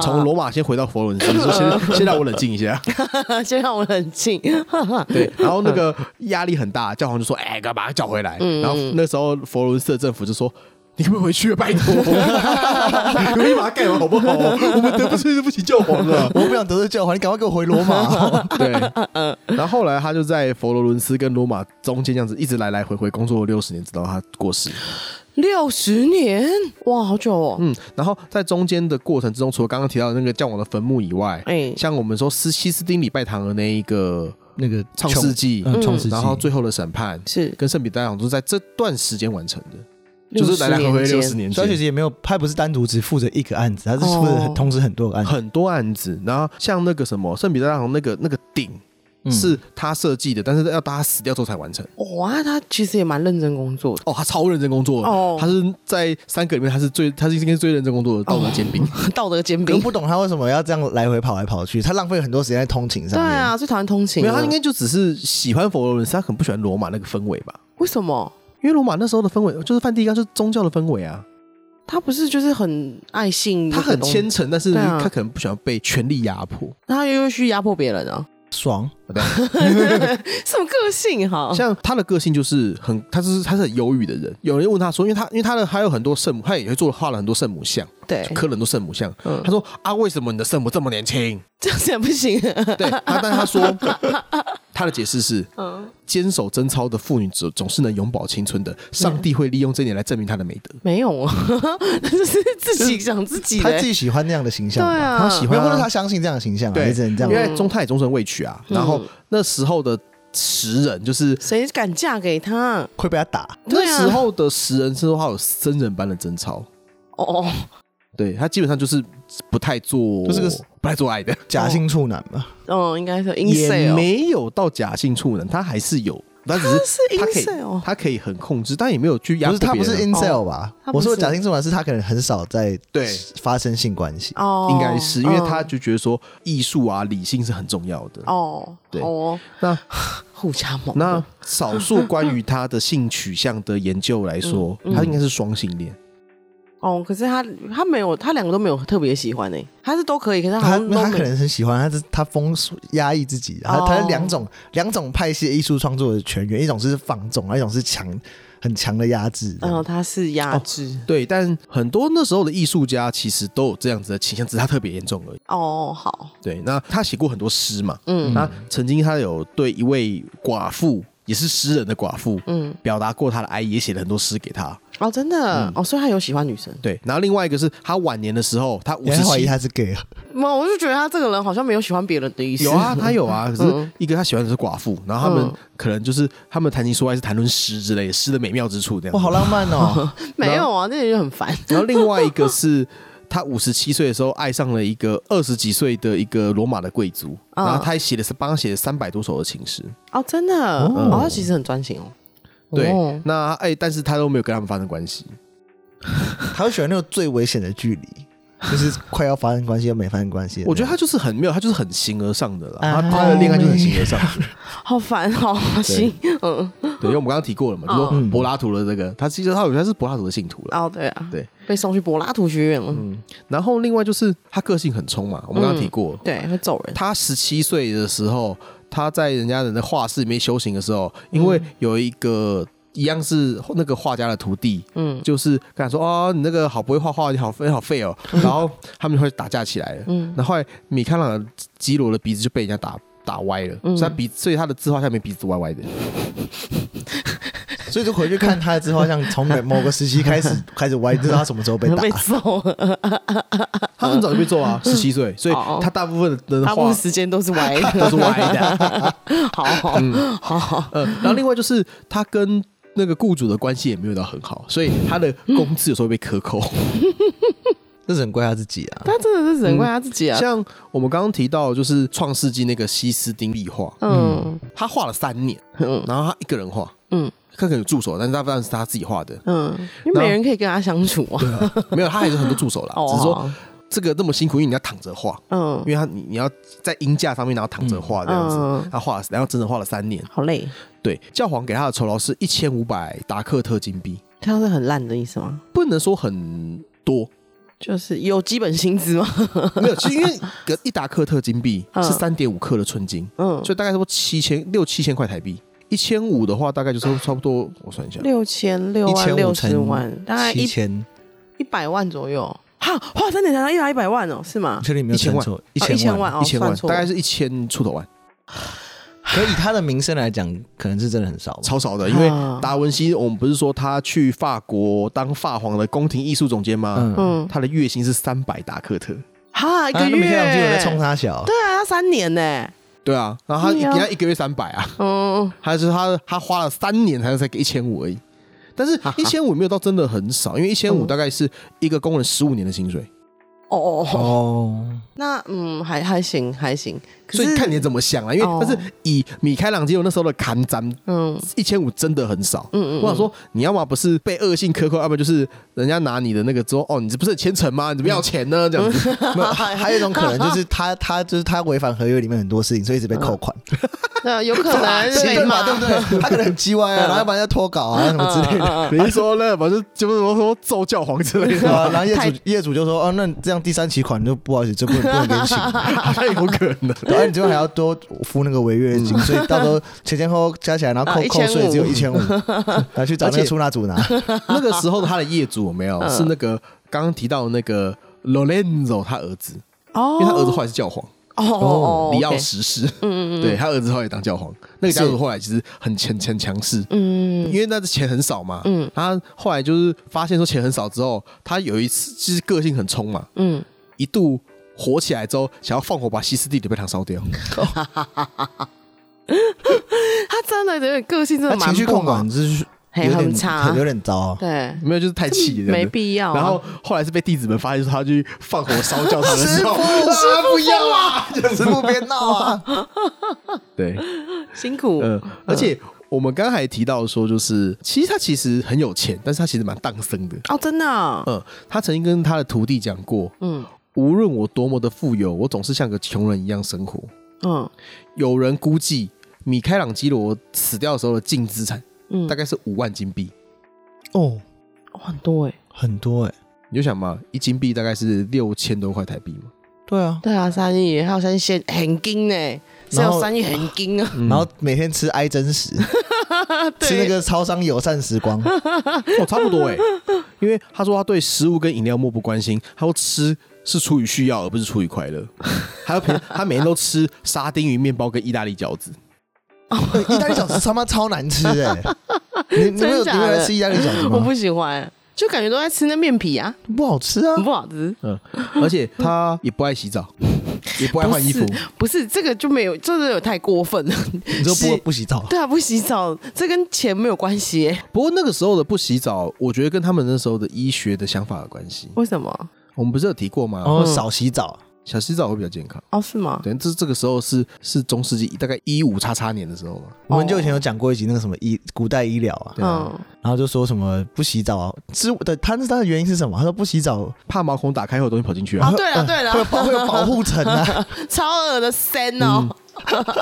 Speaker 2: 从罗马先回到佛罗伦斯，说先先让我冷静一下。
Speaker 3: 先让我冷静。
Speaker 2: 对，然后那个压力很大，教皇就说：“哎、干嘛叫回来？”然后那时候佛罗伦斯的政府就说。你可不可以回去啊？拜托，你们把它盖完好不好？我们 得不起对不起教皇了。
Speaker 1: 我不想得罪教皇，你赶快给我回罗马、
Speaker 2: 对，然后后来他就在佛罗伦斯跟罗马中间这样子一直来来回回工作了六十年，直到他过世。
Speaker 3: 六十年，哇，好久哦。
Speaker 2: 嗯，然后在中间的过程之中，除了刚刚提到的那个教皇的坟墓以外，
Speaker 3: 哎
Speaker 2: 像我们说斯西斯丁礼拜堂的那一个
Speaker 4: 那个
Speaker 2: 创世纪，
Speaker 4: 嗯创世纪，
Speaker 2: 然后最后的审判
Speaker 3: 是
Speaker 2: 跟圣彼得大教堂都是在这段时间完成的，就是来来回回六
Speaker 3: 60年
Speaker 2: 十
Speaker 3: 间
Speaker 2: 年
Speaker 4: 所以他其
Speaker 2: 间。
Speaker 4: 实也没有，他不是单独只负责一个案子，他是负责很
Speaker 3: 哦
Speaker 4: 同时很多个案子。
Speaker 2: 很多案子，然后像那个什么圣彼得大教堂那个那个顶
Speaker 4: 嗯
Speaker 2: 是他设计的，但是要到他死掉之后才完成。
Speaker 3: 哇，他其实也蛮认真工作的。
Speaker 2: 哦，他超认真工作的，
Speaker 3: 哦
Speaker 2: 他是在三个里面他是最他是应该最认真工作的道德尖兵。
Speaker 3: 道德煎
Speaker 1: 我
Speaker 3: 饼。
Speaker 1: 不懂他为什么要这样来回跑来跑去，他浪费很多时间在通勤
Speaker 3: 对
Speaker 1: 上面。
Speaker 3: 啊，最讨厌通勤
Speaker 2: 没
Speaker 3: 了。
Speaker 2: 有，他应该就只是喜欢佛罗伦斯，他很不喜欢罗马那个氛围吧？
Speaker 3: 为什么？
Speaker 2: 因为罗马那时候的氛围就是梵蒂冈，就是宗教的氛围啊，
Speaker 3: 他不是就是很爱信这
Speaker 2: 他
Speaker 3: 嗯个
Speaker 2: 很
Speaker 3: 东西，
Speaker 2: 虔诚，但是
Speaker 3: 对啊
Speaker 2: 他可能不喜欢被权力压迫。
Speaker 3: 他又会去压迫别人啊？
Speaker 4: 爽，
Speaker 3: 什么个性啊哈？
Speaker 2: 像他的个性就是很， 他就是他是很忧郁的人。有人问他说，因为他因为他的还有很多圣母，他也会做画了很多圣母像，
Speaker 3: 对，
Speaker 2: 刻了很多圣母像。
Speaker 3: 嗯
Speaker 2: 他说啊，为什么你的圣母这么年轻？
Speaker 3: 这样子也不行。
Speaker 2: 对，他但是他说他的解释是，
Speaker 3: 嗯，
Speaker 2: 坚守贞操的妇女总总是能永葆青春的，上帝会利用这一点来证明她的美德。
Speaker 3: 没有 啊，就是自己想自己
Speaker 1: 他
Speaker 3: 的
Speaker 1: 自。己喜欢那样的形
Speaker 3: 对
Speaker 1: 象吧，
Speaker 3: 啊，
Speaker 2: 他喜
Speaker 1: 没
Speaker 2: 欢
Speaker 1: 有，
Speaker 2: 啊
Speaker 1: 或者他相信这样的形象啊，
Speaker 2: 对
Speaker 1: 你只能这
Speaker 3: 嗯
Speaker 2: 因
Speaker 1: 样。
Speaker 2: 为中泰也终身未娶啊，然后那时候的时人就是。
Speaker 3: 谁敢嫁给他？
Speaker 1: 会被他打，
Speaker 2: 那
Speaker 3: 对啊
Speaker 2: 时候的时人是说他有僧人般的贞操，
Speaker 3: 哦，
Speaker 2: 对他基本上就是不太做，
Speaker 1: 就是个
Speaker 2: 不太做爱的，
Speaker 1: 假性处男嘛，
Speaker 3: 哦，应该是 i n s e
Speaker 2: 也
Speaker 3: l
Speaker 2: 没有到假性处男，他还是有，他只是
Speaker 3: 是 i
Speaker 2: 他
Speaker 3: n
Speaker 2: 可
Speaker 3: s
Speaker 2: 以
Speaker 3: e l
Speaker 2: 他可以很控制，但也没有去压
Speaker 1: 不
Speaker 2: 迫
Speaker 1: 是他
Speaker 2: 别
Speaker 1: 不是
Speaker 2: 人啊
Speaker 1: incel 吧？
Speaker 3: 哦他不
Speaker 1: 我
Speaker 3: 是
Speaker 1: 说的假性处男是他可能很少在
Speaker 2: 对
Speaker 1: 发生性关系。
Speaker 3: 哦，
Speaker 2: 应该是因为
Speaker 3: 嗯
Speaker 2: 他就觉得说艺术啊理性是很重要的。
Speaker 3: 哦，
Speaker 2: 对
Speaker 3: 好哦，
Speaker 2: 那
Speaker 3: 互加盟。
Speaker 2: 那少数关于他的性取向的研究来说，
Speaker 3: 嗯
Speaker 2: 他应该是双性恋。
Speaker 3: 哦，可是他他没有，他两个都没有特别喜欢呢、他是都可以，可是好
Speaker 1: 他
Speaker 3: 像都
Speaker 1: 他
Speaker 3: 没
Speaker 1: 可能很喜欢，他是他封锁压抑自己，他
Speaker 3: 哦
Speaker 1: 他有两种两种派系艺术创作的全员，一种是放纵，一种是强很强的压制。这样
Speaker 3: 嗯、他是压制
Speaker 2: 对，但很多那时候的艺术家其实都有这样子的倾向，只是他特别严重而已。
Speaker 3: 哦好，
Speaker 2: 对，那他写过很多诗嘛，
Speaker 3: 嗯
Speaker 2: 那曾经他有对一位寡妇，也是诗人的寡妇，
Speaker 3: 嗯，
Speaker 2: 表达过他的哀，也写了很多诗给他。
Speaker 3: 哦，真的、哦，所以他有喜欢女生。
Speaker 2: 对，然后另外一个是他晚年的时候，他五
Speaker 1: 我
Speaker 2: 十
Speaker 1: 是怀疑
Speaker 2: 七，
Speaker 1: 他是 gay，
Speaker 3: 我我就觉得他这个人好像没有喜欢别人的意思。
Speaker 2: 有啊，他有啊，可是
Speaker 3: 嗯
Speaker 2: 一个他喜欢的是寡妇，然后他们
Speaker 3: 嗯
Speaker 2: 可能就是他们谈情说爱是谈论诗之类的诗的美妙之处这样子。
Speaker 1: 哇，好浪漫哦！
Speaker 3: 没有啊，那人就很烦。
Speaker 2: 然后另外一个是他五十七岁的时候爱上了一个二十几岁的一个罗马的贵族，
Speaker 3: 嗯
Speaker 2: 然后他还写的是帮他写了三百多首的情诗。
Speaker 3: 哦，真的，哦，他其实很专情哦。
Speaker 2: 对，
Speaker 3: 哦
Speaker 2: 那哎、但是他都没有跟他们发生关系。
Speaker 1: 他会喜欢那种最危险的距离，就是快要发生关系又没发生关系的那种。
Speaker 2: 我觉得他就是很没有，他就是很形而上的啦。
Speaker 1: 哎
Speaker 2: 他他的恋爱就是很形而上的。
Speaker 3: 好烦，哦好心， 嗯，
Speaker 2: 对，因为我们刚刚提过了嘛，就说
Speaker 1: 嗯
Speaker 2: 柏拉图的这个，他其实他有他是柏拉图的信徒了。
Speaker 3: 哦，对啊，
Speaker 2: 对，
Speaker 3: 被送去柏拉图学院了，
Speaker 2: 然后另外就是他个性很冲嘛，我们刚刚提过。
Speaker 3: 对，会揍人，
Speaker 2: 他十七岁的时候，他在人家人的画室里面修行的时候，因为有一个一样是那个画家的徒弟，
Speaker 3: 嗯
Speaker 2: 就是跟他说哦，你那个好不会画画，你好你好废哦，然后他们就会打架起来了。
Speaker 3: 嗯
Speaker 2: 然后后来米开朗基罗的鼻子就被人家打打歪了，
Speaker 3: 嗯
Speaker 2: 所以他鼻所以他的字画下面鼻子歪歪的。
Speaker 1: 所以就回去看他的自画像，从某某个时期开 始开始歪，不知道他什么时候被打
Speaker 3: 被。揍了，
Speaker 2: 他很早就被揍 啊，十七岁，所以
Speaker 3: 哦
Speaker 2: 他大部分的
Speaker 3: 大部
Speaker 2: 画
Speaker 3: 分时间都是歪 的，
Speaker 2: 都是歪的。
Speaker 3: 好好好好，
Speaker 2: 嗯，然后另外就是他跟那个雇主的关系也没有到很好，所以他的工资有时候会被克扣。
Speaker 1: 这是很怪他自己啊。
Speaker 3: 他真的是只能怪他自己啊，
Speaker 2: 像我们刚刚提到，就是创世纪那个西斯丁壁画，
Speaker 3: 嗯
Speaker 2: 他画了三年，
Speaker 3: 嗯
Speaker 2: 然后他一个人画，
Speaker 3: 嗯
Speaker 2: 他可能有助手，但是大部分是他自己画 的，
Speaker 3: 嗯，因为没人可以跟他相处啊，
Speaker 2: 没有，他还是很多助手啦，
Speaker 3: 哦，
Speaker 2: 只是说
Speaker 3: 好
Speaker 2: 这个这么辛苦，因为你要躺着画，
Speaker 3: 嗯
Speaker 2: 因，为他你你要在鹰架上面，然后躺着画这样子，
Speaker 3: 嗯
Speaker 2: 他画了，然后整整画了三年。
Speaker 3: 好累，
Speaker 2: 对，教皇给他的酬劳是一千五百达克特金币，
Speaker 3: 他是很烂的意思吗？
Speaker 2: 不能说很多，
Speaker 3: 就是有基本薪资吗？
Speaker 2: 没有，其实因为个一达克特金币
Speaker 3: 嗯
Speaker 2: 是三点五克的纯金，
Speaker 3: 嗯，
Speaker 2: 所以大概差不多七千六七千块台币。一千五的话，大概就是差不多，我算一下，
Speaker 3: 六千六万六
Speaker 1: 1500
Speaker 3: 十
Speaker 1: 乘
Speaker 3: 万，大概
Speaker 1: 七
Speaker 3: 一
Speaker 1: 千，
Speaker 3: 一百万左右。哈，花三点三一达一百万哦，是吗
Speaker 1: 我？确定没有
Speaker 2: 1000
Speaker 1: 算
Speaker 2: 万
Speaker 1: 错，
Speaker 3: 哦
Speaker 1: 千
Speaker 3: 1000万哦
Speaker 2: 一千万
Speaker 3: 算，错
Speaker 2: 大概是一千出头万，
Speaker 1: 可以他的名声来讲，可能是真的很少吧。
Speaker 2: 超少的。因为
Speaker 3: 啊
Speaker 2: 达文西，我们不是说他去法国当法皇的宫廷艺术总监吗？
Speaker 1: 嗯，
Speaker 3: 嗯，
Speaker 2: 他的月薪是三百达克特。
Speaker 3: 哈，一
Speaker 1: 啊
Speaker 3: 个
Speaker 1: 那每天两集有
Speaker 3: 月
Speaker 1: 在，冲他小，
Speaker 3: 对啊，要三年呢。
Speaker 2: 对啊，然后他
Speaker 3: 对
Speaker 2: 给
Speaker 3: 啊
Speaker 2: 他一个月三百啊，
Speaker 3: 嗯，
Speaker 2: 他是他他花了三年才才给一千五而已。但是，一千五没有到真的很少，因为一千五
Speaker 3: 嗯
Speaker 2: 大概是一个工人十五年的薪水，
Speaker 3: 哦哦哦，
Speaker 1: 哦，
Speaker 3: 那嗯，还还行还行，可
Speaker 2: 所以
Speaker 3: 是
Speaker 2: 看你怎么想啊。因为
Speaker 3: 哦
Speaker 2: 但是以米开朗基罗那时候的砍斩，
Speaker 3: 嗯
Speaker 2: 一千五真的很少。
Speaker 3: 嗯嗯，
Speaker 2: 我想
Speaker 3: 嗯，
Speaker 2: 说，你要么不是被恶性克扣，要么就是人家拿你的那个之后，哦，你这不是很虔诚吗？你怎么要钱呢？这样子，
Speaker 1: 没有，还还有一种可能就是他他就是他违反合约里面很多事情，所以一直被扣款，
Speaker 3: 那有可能是被
Speaker 1: 对嘛？
Speaker 3: 骂
Speaker 1: 对不对？他可能很叽歪啊，然后把人家拖稿啊什么之类的。
Speaker 2: 你是说那反正就是说说揍教皇之类
Speaker 1: 对
Speaker 2: 的，
Speaker 1: 啊然后业
Speaker 3: 太
Speaker 1: 主业主就说：“哦，那你这样第三期款就不好意思，就不能不能给你请了，
Speaker 2: 好像有可能。
Speaker 1: 然后你最后还要多付那个违约金，所以到时候前前后后加起来，然后扣
Speaker 3: 啊
Speaker 1: 扣税只有一
Speaker 3: 1500
Speaker 1: 千五，然后去找那
Speaker 2: 而且
Speaker 1: 个出纳组拿。
Speaker 2: 那个时候他的业主有没有
Speaker 3: 嗯
Speaker 2: 是那个刚刚提到的那个 Lorenzo 他儿子，
Speaker 3: 哦
Speaker 2: 因，为他儿子后来是教皇，
Speaker 3: 哦哦
Speaker 2: 里奥
Speaker 3: OK
Speaker 2: 十世，
Speaker 3: 嗯嗯嗯，
Speaker 2: 对他儿子后来也当教皇，那个家族后来其实很强强强势。
Speaker 3: 嗯
Speaker 2: 因为那钱很少嘛，
Speaker 3: 嗯
Speaker 2: 他后来就是发现说钱很少之后，他有一次就是个性很冲嘛，
Speaker 3: 嗯，
Speaker 2: 一度火起来之后，想要放火把西斯地铁被他烧掉，
Speaker 3: 他真的有点个性，真
Speaker 1: 他
Speaker 3: 的蛮
Speaker 1: 情绪
Speaker 3: 不
Speaker 1: 控
Speaker 3: 好
Speaker 1: 管就是
Speaker 3: 嘿
Speaker 1: 有点
Speaker 3: 很差
Speaker 1: 很有点糟啊。
Speaker 3: 对，
Speaker 2: 没有就是太气了这样子，
Speaker 3: 没必要啊。
Speaker 2: 然后后来是被弟子们发现说他去放火烧教堂的时 候，
Speaker 1: 啊，不要啊！ 师傅别闹啊！
Speaker 2: 对，
Speaker 3: 辛苦，
Speaker 1: 呃
Speaker 2: 嗯，而且我们刚才提到说，就是其实他其实很有钱，但是他其实蛮荡生的。
Speaker 3: 哦，真的
Speaker 1: 呃
Speaker 3: 啊，
Speaker 2: 嗯，他曾经跟他的徒弟讲过，
Speaker 3: 嗯
Speaker 2: 无论我多么的富有，我总是像个穷人一样生活。
Speaker 3: 嗯
Speaker 2: 有人估计米开朗基罗死掉的时候的净资产
Speaker 3: 嗯，
Speaker 2: 大概是五万金币，
Speaker 1: 哦，
Speaker 3: 哦很多哎，
Speaker 1: 很多哎，
Speaker 2: 你就想嘛，一金币大概是六千多块台币嘛。
Speaker 1: 对啊。
Speaker 3: 对啊，三亿，还有三亿现很金呢，是
Speaker 1: 然
Speaker 3: 有
Speaker 1: 后
Speaker 3: 三亿很 金啊，
Speaker 1: 然后每天吃哀珍食，吃那
Speaker 3: 对，
Speaker 1: 个超商友善时 光，
Speaker 2: 哦，差不多哎， 因为他说他对食物跟饮料漠不关心，他说吃是出于需要，而不是出于快乐。还有平 他每天都吃沙丁鱼面包跟意大利饺子，
Speaker 1: 意大利饺子他妈超难吃 哎！你你们有
Speaker 3: 真假
Speaker 1: 你们有
Speaker 3: 的
Speaker 1: 在吃意大利饺子
Speaker 3: 我
Speaker 1: 吗？
Speaker 3: 不喜欢，就感觉都在吃那面皮啊，
Speaker 1: 不好吃啊
Speaker 3: 很！不好吃。
Speaker 2: 嗯，而且他也不爱洗 澡，也不爱换衣服，
Speaker 3: 不是这个就没有，这个有太过分了。
Speaker 1: 你说不
Speaker 3: 是
Speaker 1: 不洗澡，
Speaker 3: 对啊，不洗澡，这跟钱没有关系耶。
Speaker 2: 不过那个时候的不洗澡，我觉得跟他们那时候的医学的想法有关系。
Speaker 3: 为什么？
Speaker 2: 我们不是有提过吗？
Speaker 1: 然后少洗澡，
Speaker 2: 小洗澡会比较健康。
Speaker 3: 哦，是吗？
Speaker 2: 对，这这个时候是是中世纪大概一五叉叉年的时候嘛。
Speaker 1: 我
Speaker 3: 哦
Speaker 1: 们就以前有讲过一集那个什么医古代医疗啊，
Speaker 2: 对啊，
Speaker 3: 嗯，
Speaker 1: 然后就说什么不洗澡啊，之的他他的原因是什么？他说不洗澡呃
Speaker 2: 怕毛孔打开会有东西跑进去啊
Speaker 3: 哦，。对了对
Speaker 1: 会有保
Speaker 3: 了，
Speaker 1: 会有保护层 啊，
Speaker 3: 超恶的森哦，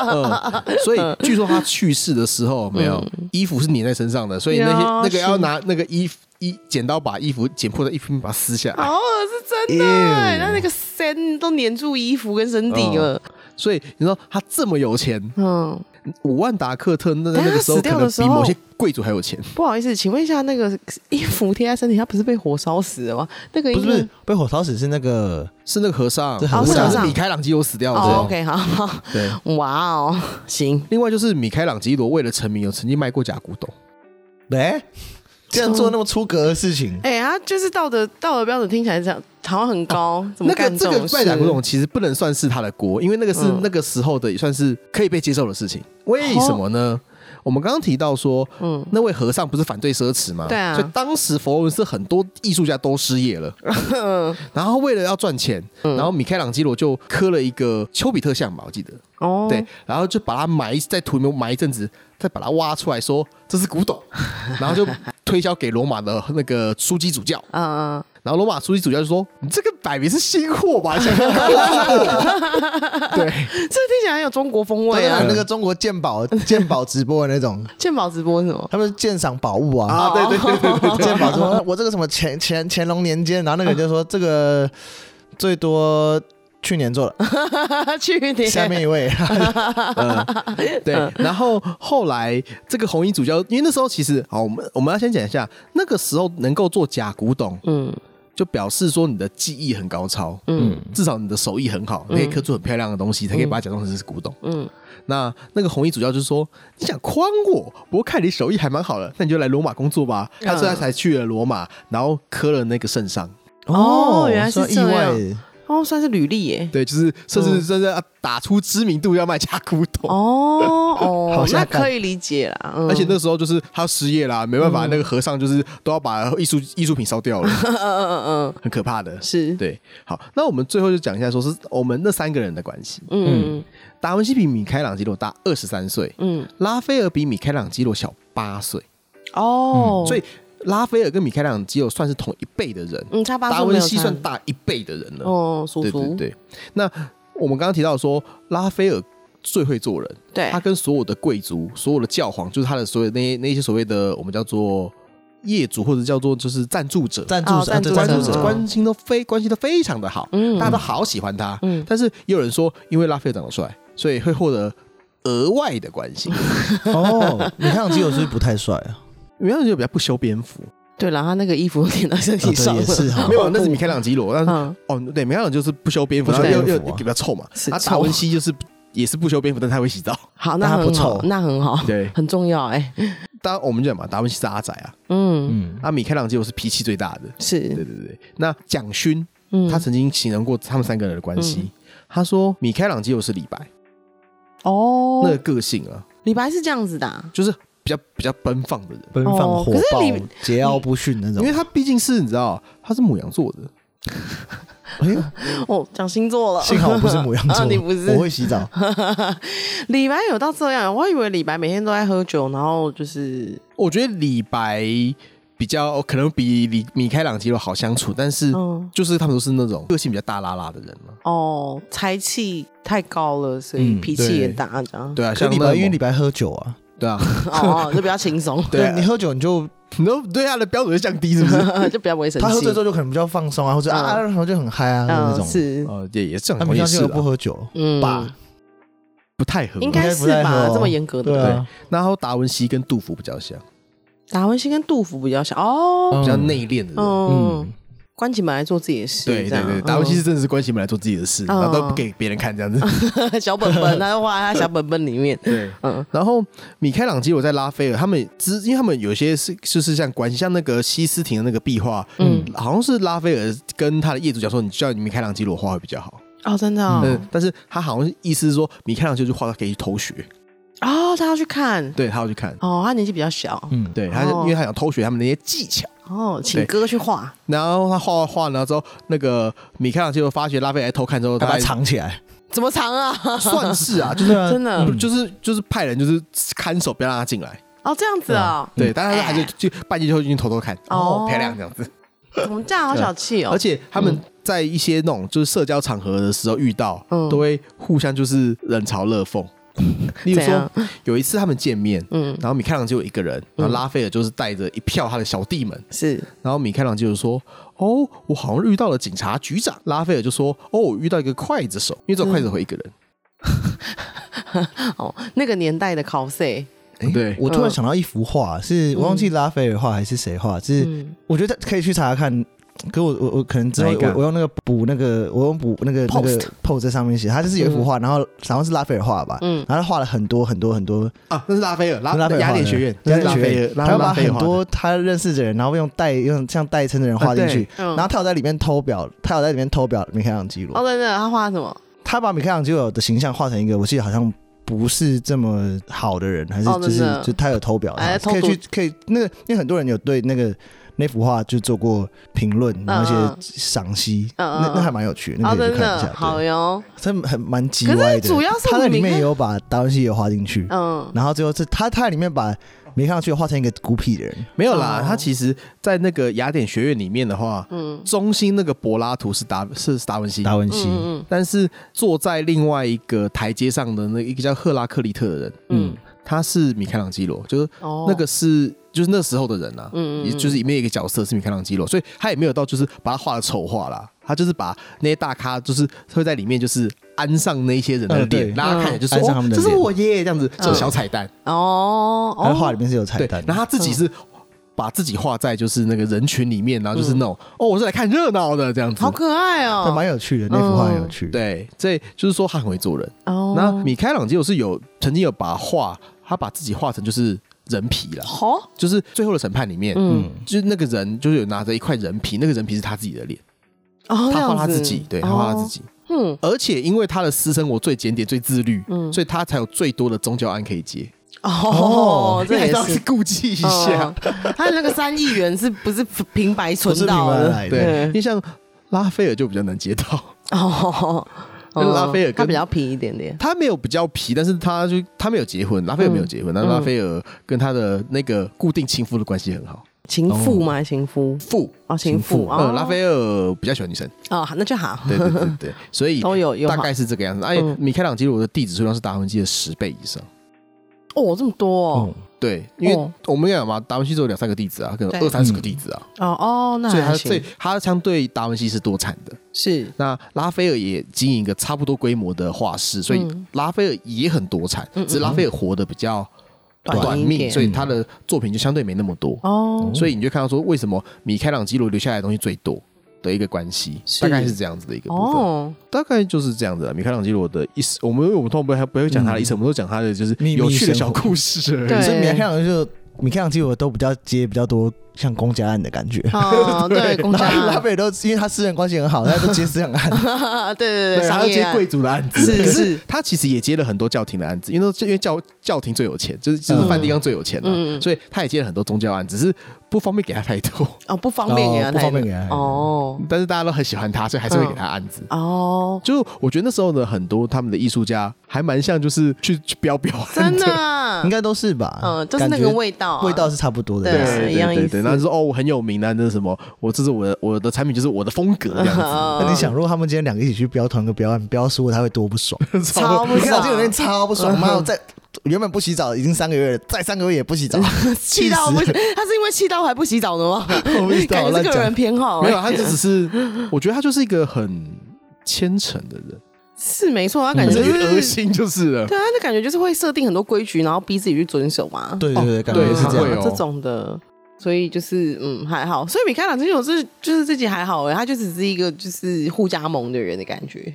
Speaker 2: 嗯，所以据说他去世的时候没有衣服是粘在身上的，所以那些
Speaker 3: 嗯呀
Speaker 2: 那个要
Speaker 3: 是
Speaker 2: 拿那个衣服衣剪刀把衣服剪破的一片把它撕下来，
Speaker 3: 好恶是真的耶。那那个森都粘住衣服跟身体了。
Speaker 2: 所以你说他这么有钱，
Speaker 1: 哦
Speaker 3: 嗯，
Speaker 2: 五万达克特那在
Speaker 3: 等一下
Speaker 2: 那个时候
Speaker 3: 啊
Speaker 2: 可
Speaker 3: 他死掉
Speaker 2: 能
Speaker 3: 的时
Speaker 2: 比
Speaker 3: 候
Speaker 2: 某些贵族还有钱，
Speaker 3: 不好意思，请问一下，那个衣服贴在身体，他不是被火烧死的吗？那个
Speaker 1: 不
Speaker 3: 应
Speaker 1: 是
Speaker 3: 该
Speaker 1: 不是被火烧死是那个
Speaker 2: 是那个和尚，
Speaker 1: 是和尚
Speaker 2: 我想是米开朗基罗死掉的时
Speaker 3: 啊哦
Speaker 2: 候。
Speaker 3: ，OK，好好，
Speaker 2: 对，
Speaker 3: 哇哦，行，
Speaker 2: 另外就是米开朗基罗为了成名，有曾经卖过假古董，
Speaker 1: 哎，竟然做那么出格的事 情，
Speaker 3: 哎、他就是道德道德标准听起来这样，好像很高，怎么
Speaker 2: 哦那个
Speaker 3: 干
Speaker 2: 这
Speaker 3: 种
Speaker 2: 个
Speaker 3: 事？
Speaker 2: 卖假古董其实不能算是他的锅，因为那个是
Speaker 3: 嗯哦
Speaker 2: 那个时候的也算是可以被接受的事情。为什么呢？我们刚刚提到说，
Speaker 3: 嗯，
Speaker 2: 那位和尚不是反对奢侈吗？
Speaker 3: 对啊
Speaker 2: 所以当时佛罗伦斯很多艺术家都失业 了，
Speaker 3: 嗯
Speaker 2: 然后为了要赚钱，然后米开朗基罗就刻了一个丘比特像吧，我记得，
Speaker 3: 哦，
Speaker 2: 对，，然后就把它埋在土里面埋一阵子，再把它挖出来说这是古董，然后就推销给罗马的那个枢机主教，
Speaker 3: 嗯、
Speaker 2: 然后罗马书记主教就说：“你这个摆明是新货吧？想要搞我对，
Speaker 3: 这听起来很有中国风味
Speaker 1: 啊
Speaker 3: 啊！
Speaker 1: 那个中国鉴宝鉴宝直播的那种，
Speaker 3: 鉴宝直播是什么？
Speaker 1: 他们鉴赏宝物啊，
Speaker 2: 啊，对对对对对对，
Speaker 1: 鉴宝什么？ 我这个什么乾乾乾隆年间，然后那个人就说这个最多去年 做的，
Speaker 3: 去年
Speaker 1: 下面一位
Speaker 2: 对，然后后来这个红衣主教，因为那时候其实好，我们我们要先讲一下，那个时候能够做假古董，
Speaker 3: 嗯
Speaker 2: 就表示说你的技艺很高超，
Speaker 3: 嗯
Speaker 2: 至少你的手艺很好，你可以刻出很漂亮的东西，才可以把它假装成是古董。
Speaker 3: 嗯，
Speaker 2: 那那个红衣主教就说：“你想诓我？不过看你手艺还蛮好的，那你就来罗马工作吧。”
Speaker 3: 嗯
Speaker 2: 他最后才去了罗马，然后刻了那个圣上，
Speaker 3: 哦原来是
Speaker 1: 说意
Speaker 3: 这
Speaker 1: 外
Speaker 3: 样，哦，算是履历耶。
Speaker 2: 对，就是甚至甚至要打出知名度要卖假古董。
Speaker 3: 哦哦
Speaker 1: 好，
Speaker 3: 那
Speaker 1: 下饭
Speaker 3: 可以理解啦。嗯
Speaker 2: 而且那时候就是他失业啦，没办法，那个和尚就是都要把艺术艺术品烧掉了，
Speaker 3: 嗯嗯嗯嗯，
Speaker 2: 很可怕的。
Speaker 3: 是，
Speaker 2: 对，好，那我们最后就讲一下，说是我们那三个人的关系。
Speaker 3: 嗯
Speaker 2: 达文西比米开朗基罗大二十三岁，
Speaker 3: 嗯，
Speaker 2: 拉斐尔比米开朗基罗小八岁，
Speaker 3: 哦，
Speaker 2: 嗯所以拉斐尔跟米开朗基罗算是同一辈的人，
Speaker 3: 嗯，他八
Speaker 2: 达
Speaker 3: 叔没
Speaker 2: 文
Speaker 3: 有
Speaker 2: 西
Speaker 3: 看
Speaker 2: 算大一辈的人了。
Speaker 3: 哦，叔
Speaker 2: 对对
Speaker 3: 叔，
Speaker 2: 对，那我们刚刚提到说，拉斐尔最会做人，
Speaker 3: 对
Speaker 2: 他跟所有的贵族、所有的教皇，就是他的所有那那些所谓的我们叫做业主或者叫做就是赞助者。
Speaker 1: 赞
Speaker 3: 哦
Speaker 1: 助者，
Speaker 3: 赞助
Speaker 1: 对
Speaker 2: 关
Speaker 3: 者
Speaker 2: 注
Speaker 3: 嗯
Speaker 2: 关心都非关系都非常的好，
Speaker 3: 嗯
Speaker 2: 大家都好喜欢他。
Speaker 3: 嗯
Speaker 2: 但是也有人说，因为拉斐尔长得帅，所以会获得额外的关心。
Speaker 3: 嗯
Speaker 1: 哦，你看我基友是不是不太帅 啊？
Speaker 2: 米开朗基罗比较不修边 幅，
Speaker 3: 对了，他那个衣服点到身体
Speaker 1: 哦对
Speaker 3: 上了，
Speaker 1: 也是 哈
Speaker 2: 没有，啊那是米开朗基罗。但是
Speaker 3: 嗯
Speaker 2: 哦，对，米开朗就是不修边幅，
Speaker 1: 不
Speaker 2: 然
Speaker 1: 修
Speaker 2: 后又
Speaker 1: 边
Speaker 2: 又
Speaker 1: 幅啊
Speaker 2: 比较臭嘛。
Speaker 3: 是
Speaker 2: 啊，
Speaker 3: 臭
Speaker 2: 达文西就是也是不修边幅，但他会洗澡。
Speaker 3: 好，那
Speaker 1: 但他
Speaker 3: 很
Speaker 1: 不
Speaker 3: 好
Speaker 1: 臭，
Speaker 3: 那很好，
Speaker 2: 对，
Speaker 3: 很重要哎，
Speaker 2: 当然我们讲嘛，达文西是阿宅啊，
Speaker 3: 嗯，
Speaker 1: 嗯，
Speaker 2: 啊，米开朗基罗是脾气最大的。对
Speaker 3: 是，
Speaker 2: 对对，那蒋勋
Speaker 3: 嗯，
Speaker 2: 他曾经形容过他们三个人的关系，他说米开朗基罗是李白，
Speaker 3: 哦，
Speaker 2: 那个个性啊，
Speaker 3: 李白是这样子的啊，
Speaker 2: 就是比较比较奔放的人，
Speaker 1: 奔
Speaker 3: 哦
Speaker 1: 放火
Speaker 3: 可是
Speaker 1: 爆
Speaker 3: 你、
Speaker 1: 桀骜不驯那
Speaker 2: 因
Speaker 1: 种
Speaker 2: 为。他毕竟是你知道他是母羊座的，
Speaker 1: 哎呦，
Speaker 3: 哦，讲星座 了，
Speaker 1: 幸 好我不是母羊
Speaker 3: 啊
Speaker 1: 座，啊
Speaker 3: 你不是
Speaker 1: 我会洗澡。
Speaker 3: 李白有到这样，我还以为李白每天都在喝酒，然后就是
Speaker 2: 我觉得李白比较可能比李米开朗基罗好相处，但是
Speaker 3: 嗯
Speaker 2: 就是他们都是那种个性比较大拉拉的人嘛。
Speaker 3: 哦，才气太高了，所以
Speaker 1: 嗯
Speaker 3: 脾气也大，这样、
Speaker 2: 对啊，
Speaker 1: 可是
Speaker 2: 像
Speaker 1: 李
Speaker 2: 那
Speaker 1: 白，
Speaker 2: 种
Speaker 1: 因为李白喝酒啊，
Speaker 2: 对啊，
Speaker 3: 哦哦，就比较轻松，
Speaker 2: 对啊
Speaker 1: 你喝酒你就
Speaker 2: 你都对他的标准是降低，是不是？
Speaker 3: 就比较不会生
Speaker 1: 他喝
Speaker 3: 气
Speaker 1: 醉之。后就可能比较放松啊，或者啊，
Speaker 3: 嗯
Speaker 1: 然后就很嗨啊那
Speaker 3: 嗯，
Speaker 1: 种。
Speaker 3: 是，
Speaker 2: 哦，也也是
Speaker 1: 他
Speaker 2: 很
Speaker 1: 们
Speaker 2: 也
Speaker 1: 相
Speaker 2: 是
Speaker 1: 信
Speaker 2: 不
Speaker 1: 不喝酒，
Speaker 3: 嗯，
Speaker 1: 吧
Speaker 2: 不太合。
Speaker 3: 应该是
Speaker 1: 应该不太
Speaker 3: 吧？
Speaker 1: 喝
Speaker 3: 这么严格
Speaker 1: 对
Speaker 3: 的，
Speaker 1: 啊，
Speaker 2: 然后达文西跟杜甫比较像，
Speaker 3: 达文西跟杜甫比较像哦，
Speaker 2: 比较
Speaker 1: 嗯
Speaker 2: 内敛的人。
Speaker 3: 嗯，关起门来做自己的事，
Speaker 2: 对
Speaker 3: 这
Speaker 2: 对
Speaker 3: 样
Speaker 2: 对，达文西是真的是关起门来做自己的事，然后都不给别人看这样 子。
Speaker 3: 嗯 小本本，他就画在他小本本里面，
Speaker 2: 对，
Speaker 3: 嗯
Speaker 2: 然后米开朗基罗在拉斐尔，他们之，因为他们有些是就是像关系，像那个西斯廷的那个壁画，
Speaker 3: 嗯，
Speaker 2: 好像是拉斐尔跟他的业主讲说，你叫米开朗基罗画会比较好。
Speaker 3: 哦，真的哦，
Speaker 2: 嗯，但是他好像是意思是说，米开朗基罗画他可以去偷学，
Speaker 3: 哦，他要去看，
Speaker 2: 对他要去看，
Speaker 3: 哦，他年纪比较小，
Speaker 1: 嗯，
Speaker 2: 对他是，
Speaker 3: 哦
Speaker 2: 因为他想偷学他们那些技巧。
Speaker 3: 哦，请
Speaker 2: 对
Speaker 3: 哥去画，
Speaker 2: 然后他画画画，然后之后那个米开朗基罗发觉拉斐尔在偷看之后，
Speaker 1: 哎他把它
Speaker 2: 藏
Speaker 1: 藏起来，
Speaker 3: 怎么藏啊？
Speaker 2: 算是啊，就是
Speaker 1: 对啊
Speaker 3: 真 的
Speaker 2: 不就是就是派人就是看守，不要让他进来。
Speaker 3: 哦，这样子啊，
Speaker 2: 对，但是还是就半夜就会进去偷偷看，哦，
Speaker 3: 哦
Speaker 2: 漂亮这样子。
Speaker 3: 我们这样好小气哦，
Speaker 2: 啊而且他们在一些那种就是社交场合的时候遇到，
Speaker 3: 嗯
Speaker 2: 都会互相就是冷嘲热 讽。例如
Speaker 3: 怎样
Speaker 2: 说，有一次他们见面，
Speaker 3: 嗯
Speaker 2: 然后米开朗基罗一个人，然后拉斐尔就是带着一票他的小弟们，
Speaker 3: 是
Speaker 2: 然后米开朗基罗说：“哦，我好像遇到了警察局长。”拉斐尔就说：“哦，我遇到一个刽子手，因为只有刽子手会一个人。
Speaker 3: 哦，那个年代的 cos，
Speaker 1: 诶
Speaker 2: 对
Speaker 1: 我
Speaker 3: 嗯
Speaker 1: 突然想到一幅画，是我忘记拉斐尔画还是谁画，是
Speaker 3: 嗯
Speaker 1: 我觉得可以去查查看。可我我我可能之后
Speaker 2: 哪一个
Speaker 1: 我我用那个补那个我用补那个那个
Speaker 3: Post
Speaker 1: post 在上面写，他就是有一幅画，然后好像是拉斐尔画吧，
Speaker 3: 嗯
Speaker 1: 然后他画了很多很多很多
Speaker 2: 啊，那是拉斐尔，拉
Speaker 1: 拉斐尔
Speaker 2: 雅
Speaker 1: 画的
Speaker 2: 典学院，
Speaker 1: 雅
Speaker 2: 那是拉
Speaker 1: 典学
Speaker 2: 斐尔，
Speaker 1: 院，
Speaker 2: 拉
Speaker 1: 他要
Speaker 2: 拉
Speaker 1: 把
Speaker 2: 斐尔
Speaker 1: 很
Speaker 2: 画的
Speaker 1: 多他认识的人，然后用代用像代称的人画进去，
Speaker 3: 嗯
Speaker 1: 然后他有在里面偷表，他有在里面偷表米开朗基罗，
Speaker 3: 哦，对对，他画什么？
Speaker 1: 他把米开朗基罗的形象画成一个，我记得好像不是这么好的人，还是
Speaker 3: 哦
Speaker 1: 就
Speaker 3: 真
Speaker 1: 是、
Speaker 3: 的
Speaker 1: 就他有偷表
Speaker 3: 哎
Speaker 1: 他，
Speaker 3: 偷
Speaker 1: 可以
Speaker 3: 渡
Speaker 1: 去可以那个，因为很多人有对那个那幅画就做过评论，然后
Speaker 3: 嗯嗯
Speaker 1: 一些赏析，
Speaker 3: 嗯嗯
Speaker 1: 那
Speaker 3: 嗯
Speaker 1: 那还蛮有趣，那
Speaker 3: 哦，
Speaker 1: 个可以
Speaker 3: 真
Speaker 1: 去看一下
Speaker 3: 的，好
Speaker 1: 对
Speaker 3: 哟，
Speaker 1: 真的很蛮叽
Speaker 3: 可是
Speaker 1: 歪的。
Speaker 3: 主要是
Speaker 1: 他在里
Speaker 3: 米开
Speaker 1: 面也有把达文西也画进去，
Speaker 3: 嗯，
Speaker 1: 然后最后是他他在里面把没看上去化成一个孤僻的人。
Speaker 2: 没有啦，
Speaker 3: 哦
Speaker 2: 他其实，在那个雅典学院里面的话，
Speaker 3: 嗯
Speaker 2: 中心那个柏拉图是达是是达文西，
Speaker 1: 达文西，
Speaker 3: 嗯
Speaker 2: 但是坐在另外一个台阶上的那一个叫赫拉克利特的人，
Speaker 3: 嗯
Speaker 2: 嗯，他是米开朗基罗，就是
Speaker 3: 嗯，哦
Speaker 2: 那个是就是那时候的人啊，
Speaker 3: 嗯嗯
Speaker 2: 也就是里面有一个角色是米开朗基罗，所以他也没有到就是把他画的丑化啦，他就是把那些大咖就是会在里面就是安上那些人的
Speaker 1: 嗯对
Speaker 2: 脸，让他看起来就是
Speaker 1: 安上
Speaker 2: 哇
Speaker 1: 他们的
Speaker 2: 这是
Speaker 1: 脸
Speaker 2: 我耶这样子，这种
Speaker 3: 嗯
Speaker 2: 小彩蛋，
Speaker 3: 哦
Speaker 1: 他的画
Speaker 3: 哦
Speaker 1: 里面是有彩
Speaker 2: 对
Speaker 1: 蛋，的。
Speaker 2: 然后他自己是。把自己画在就是那个人群里面，然后就是那种、哦，我是来看热闹的这样子
Speaker 3: 嗯好，可爱
Speaker 1: 那
Speaker 3: 哦，
Speaker 1: 蛮有趣的，那幅画很有
Speaker 3: 嗯
Speaker 1: 趣。，
Speaker 2: 对，这就是说他很会做人。
Speaker 3: 哦，
Speaker 2: 那米开朗基罗是有曾经有把画，他把自己画成就是人皮啦，
Speaker 3: 好，
Speaker 2: 就是最后的审判里面，
Speaker 3: 嗯，
Speaker 2: 就是那个人就是有拿着一块人皮，那个人皮是他自己的脸，
Speaker 3: 哦，
Speaker 2: 他画他
Speaker 3: 这样子
Speaker 2: 自己，对他画他自，己，
Speaker 3: 哦
Speaker 2: 而且因为他的私生活最检点、最自律，
Speaker 3: 嗯
Speaker 2: 所以他才有最多的宗教案可以接，
Speaker 3: 嗯，哦，这
Speaker 2: 因为
Speaker 3: 也
Speaker 2: 还是
Speaker 3: 是。
Speaker 2: 顾忌一下
Speaker 3: 嗯，，他的那个三亿元是不是平白
Speaker 1: 不
Speaker 3: 存
Speaker 1: 是平
Speaker 3: 到
Speaker 1: 白
Speaker 3: 的？
Speaker 1: 来的。
Speaker 2: 对，
Speaker 3: 对
Speaker 2: 因为像拉斐尔就比较难接到。
Speaker 3: 哦，
Speaker 2: 跟拉斐尔跟
Speaker 3: 他比较皮一点点。
Speaker 2: 他没有比较皮，但是他就他没有结婚，拉斐尔没有结
Speaker 3: 嗯
Speaker 2: 婚，但是拉斐尔跟他的那个固定情夫的关系很好。
Speaker 3: 情妇吗？情夫
Speaker 2: 父，
Speaker 3: 哦，情妇
Speaker 2: 呃，
Speaker 3: 哦，
Speaker 2: 拉斐尔比较喜欢女生，
Speaker 3: 哦，那就好。
Speaker 2: 对对对 对，所以
Speaker 3: 都有有
Speaker 2: 大
Speaker 3: 好
Speaker 2: 概是这个样子。哎
Speaker 3: 嗯，
Speaker 2: 米开朗基罗的地址数量是达文西的十倍以上。
Speaker 3: 哦，这么多哦
Speaker 1: 哦，
Speaker 2: 对，因为
Speaker 3: 哦
Speaker 2: 我们讲嘛，达文西只有两三个弟子啊，可能
Speaker 3: 对
Speaker 2: 二三十个弟子啊，
Speaker 3: 哦哦，那
Speaker 2: 所以他
Speaker 3: 还
Speaker 2: 最
Speaker 3: 行，
Speaker 2: 他相对达文西是多产的。
Speaker 3: 是
Speaker 2: 那拉斐尔也经营一个差不多规模的画室，所以
Speaker 3: 嗯
Speaker 2: 拉斐尔也很多产，
Speaker 3: 嗯嗯
Speaker 2: 只是拉斐尔活得比较短
Speaker 3: 短一
Speaker 2: 命，
Speaker 3: 点
Speaker 2: 所以他的作品就相对没那么多。
Speaker 3: 哦，
Speaker 2: 所以你就看到说，为什么米开朗基罗留下来的东西最多的一个关系，
Speaker 3: 是
Speaker 2: 大概是这样子的一个部分，
Speaker 3: 哦，
Speaker 2: 大概就是这样子啊。米开朗基罗的一生，我们因为我们通常不会不会讲他的一生，我们都讲他的就是
Speaker 1: 嗯秘密
Speaker 2: 有趣的小
Speaker 1: 生活
Speaker 2: 故事而已。
Speaker 3: 对
Speaker 1: 所以米开朗就米开朗基罗都比较接比较多像公家案的感觉。
Speaker 3: 哦，对，公家
Speaker 1: 然后 拉斐尔都因为他私人关系很好，他都接私人案。
Speaker 3: 对对
Speaker 2: 对，他
Speaker 3: 商
Speaker 2: 要
Speaker 3: 业
Speaker 2: 接
Speaker 3: 案
Speaker 2: 贵族的案子，
Speaker 3: 是
Speaker 2: 可
Speaker 3: 是，
Speaker 2: 他其实也接了很多教廷的案子，因为都因为教教廷最有钱，就是就是梵蒂冈最有钱了、
Speaker 3: 嗯嗯
Speaker 2: 所以他也接了很多宗教案，只是不方便给他太多，
Speaker 3: 哦，不方便给他
Speaker 1: 哦不
Speaker 3: 太
Speaker 1: 方
Speaker 3: 多
Speaker 1: 便给他
Speaker 3: 哦
Speaker 2: 但是大家都很喜欢他，所以还是会给他案子。
Speaker 3: 哦，
Speaker 2: 就我觉得那时候的很多他们的艺术家还蛮像，就是去去标标案
Speaker 3: 真的啊
Speaker 1: 应，该都是吧？
Speaker 3: 嗯，就是那个
Speaker 1: 感觉
Speaker 3: 味道啊，
Speaker 1: 味道是差不多的。
Speaker 3: 对
Speaker 1: 吧
Speaker 2: 对
Speaker 3: 一样
Speaker 2: 对
Speaker 3: 意
Speaker 2: 对
Speaker 3: 思
Speaker 2: 对，然后就说哦，我很有名啊，那是什么，我这是我的我的产品，就是我的风格这样 子，
Speaker 3: 哦
Speaker 1: 那你想，如果他们今天两个一起去标同一个标案，标输了他会多不爽？
Speaker 3: 超不
Speaker 1: 米开朗基罗那天
Speaker 3: 爽，嗯
Speaker 1: 超不爽，妈，我在原本不洗澡已经三个月了，再三个月也不洗澡，
Speaker 3: 气到不，他是因为气到还不洗澡的吗？
Speaker 1: 我不知道
Speaker 3: 感觉
Speaker 1: 乱
Speaker 3: 是个人
Speaker 1: 讲。
Speaker 3: 偏好，
Speaker 2: 没有，
Speaker 3: 哎
Speaker 2: 他就只是，我觉得他就是一个很虔诚的人，
Speaker 3: 是没错，他感
Speaker 2: 很
Speaker 3: 觉
Speaker 1: 嗯
Speaker 3: 就
Speaker 2: 恶
Speaker 3: 是。
Speaker 2: 心就是了。
Speaker 3: 对啊，那感觉就是会设定很多规矩，然后逼自己去遵守嘛。
Speaker 1: 对对对，感啊觉
Speaker 2: 对
Speaker 1: 是这
Speaker 2: 会
Speaker 1: 样。
Speaker 2: 哦
Speaker 3: 这种的，所以就是嗯还好。所以米开朗基罗是就是自己还好哎、他就只是一个就是互加盟的人的感觉。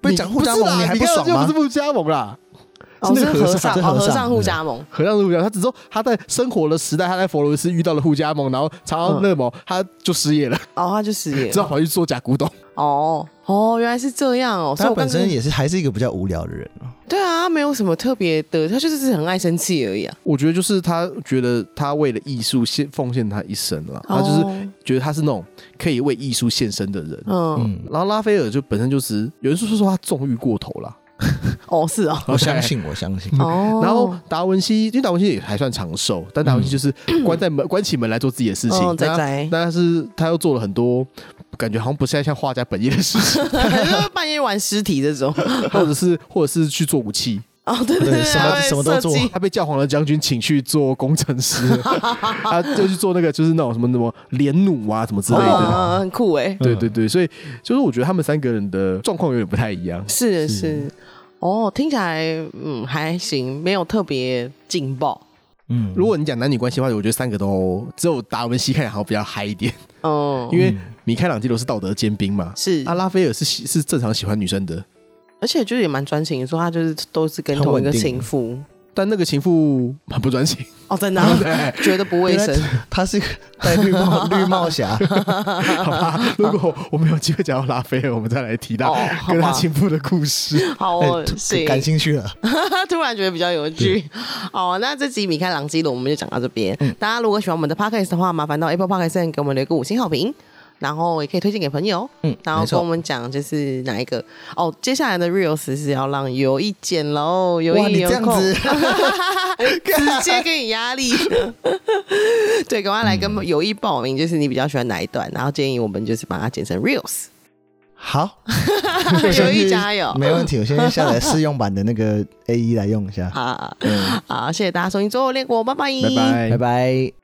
Speaker 1: 不是讲互加盟
Speaker 2: 不是啦
Speaker 1: 你还
Speaker 2: 米开朗
Speaker 1: 爽
Speaker 2: 基罗
Speaker 1: 吗
Speaker 2: 不是不加盟啦，
Speaker 3: 哦，
Speaker 1: 是那个
Speaker 3: 和
Speaker 1: 和尚是
Speaker 3: 哦，
Speaker 1: 和
Speaker 3: 和
Speaker 1: 尚
Speaker 3: 尚互加盟。
Speaker 2: 荷兰是不加盟，他只是说他在生活的时代，他在佛罗伦斯遇到了互加盟，然后查到那么、他就失业了，
Speaker 3: 哦， 他就失业
Speaker 2: 只
Speaker 3: 了。
Speaker 2: 好跑去做假古董。
Speaker 3: 哦哦，原来是这样哦。所以
Speaker 1: 他
Speaker 3: 我刚
Speaker 1: 本身
Speaker 3: 刚
Speaker 1: 也是还是一个比较无聊的 人嘛
Speaker 3: 对啊，他没有什么特别的，他就是很爱生气而已啊。
Speaker 2: 我觉得就是他觉得他为了艺术献奉献他一生了，他就是
Speaker 3: 哦
Speaker 2: 觉得他是那种可以为艺术献身的人。
Speaker 3: 嗯
Speaker 1: 嗯，
Speaker 2: 然后拉斐尔就本身就是有人说说他纵欲过头啦，
Speaker 3: 哦是哦
Speaker 1: 我相信，我相信。
Speaker 3: 哦，
Speaker 2: 然后达文西，因为达文西也还算长寿，但达文西就是 关在门、关起门来做自己的事情。
Speaker 3: 嗯哦
Speaker 2: 那
Speaker 3: 宅宅
Speaker 2: 但是他又做了很多感觉好像不是像画家本业的事 情，
Speaker 3: 就是半夜玩尸体这种。
Speaker 2: 或者是或者是去做武器。
Speaker 3: 哦对对
Speaker 1: 对
Speaker 3: 对，
Speaker 1: 什么
Speaker 3: 他会
Speaker 1: 什么都做
Speaker 3: 设计
Speaker 2: 他被教皇的将军请去做工程师， 他就去做那个就是那种什么什么连弩啊什么之类的。
Speaker 3: 哦很酷哎。
Speaker 2: 对对对，所以就是我觉得他们三个人的状况有点不太一样。
Speaker 3: 是是，哦，听起来嗯还行，没有特别劲爆，
Speaker 1: 嗯，
Speaker 2: 如果你讲男女关系的话，我觉得三个都只有达文西看起来好像比较嗨一点，
Speaker 3: 嗯，
Speaker 2: 因为米开朗基罗是道德尖兵嘛，
Speaker 3: 是
Speaker 2: 阿、，拉斐尔是喜是正常喜欢女生的，
Speaker 3: 而且就是也蛮专情的，说他就是都是跟
Speaker 1: 很
Speaker 3: 同一
Speaker 1: 稳
Speaker 3: 个
Speaker 1: 定
Speaker 3: 情妇，
Speaker 2: 但那个情 妇很不专情，
Speaker 3: 哦，真的啊、 觉得不卫生，
Speaker 1: 他是个戴绿帽绿帽 侠，哎
Speaker 2: 好吧？如果我们有机会讲到拉斐尔，我们再来提到
Speaker 3: 哦好吧
Speaker 2: 跟他情妇的故事。
Speaker 3: 好哦，
Speaker 1: 哎
Speaker 3: 行，
Speaker 1: 感兴趣了。
Speaker 3: 突然觉得比较有趣。 哦，那这集米开朗基罗我们就讲到这边。大家如果喜欢我们的 podcast 的话，麻烦到 Apple Podcast 上给我们留一个五星好评。然后也可以推荐给朋友，
Speaker 5: 嗯，
Speaker 3: 然后
Speaker 5: 没
Speaker 3: 跟
Speaker 5: 错。
Speaker 3: 我们讲就是哪一个哦。接下来的 real 时是要让有意见喽，有
Speaker 1: 哇，
Speaker 3: 意
Speaker 1: 你
Speaker 3: 有
Speaker 1: 这样
Speaker 3: 空，
Speaker 1: 子
Speaker 3: 直接给你压力。 对，赶快来跟有意报名，就是你比较喜欢哪一段，然后建议我们就是把它剪成 reels。
Speaker 1: 好，
Speaker 3: 有意加油！
Speaker 1: 没问题，我先去下载试用版的那个 A 一来用一下。
Speaker 3: 嗯好好，谢谢大家收听《最后练过》，拜拜，
Speaker 2: 拜拜
Speaker 1: 拜拜。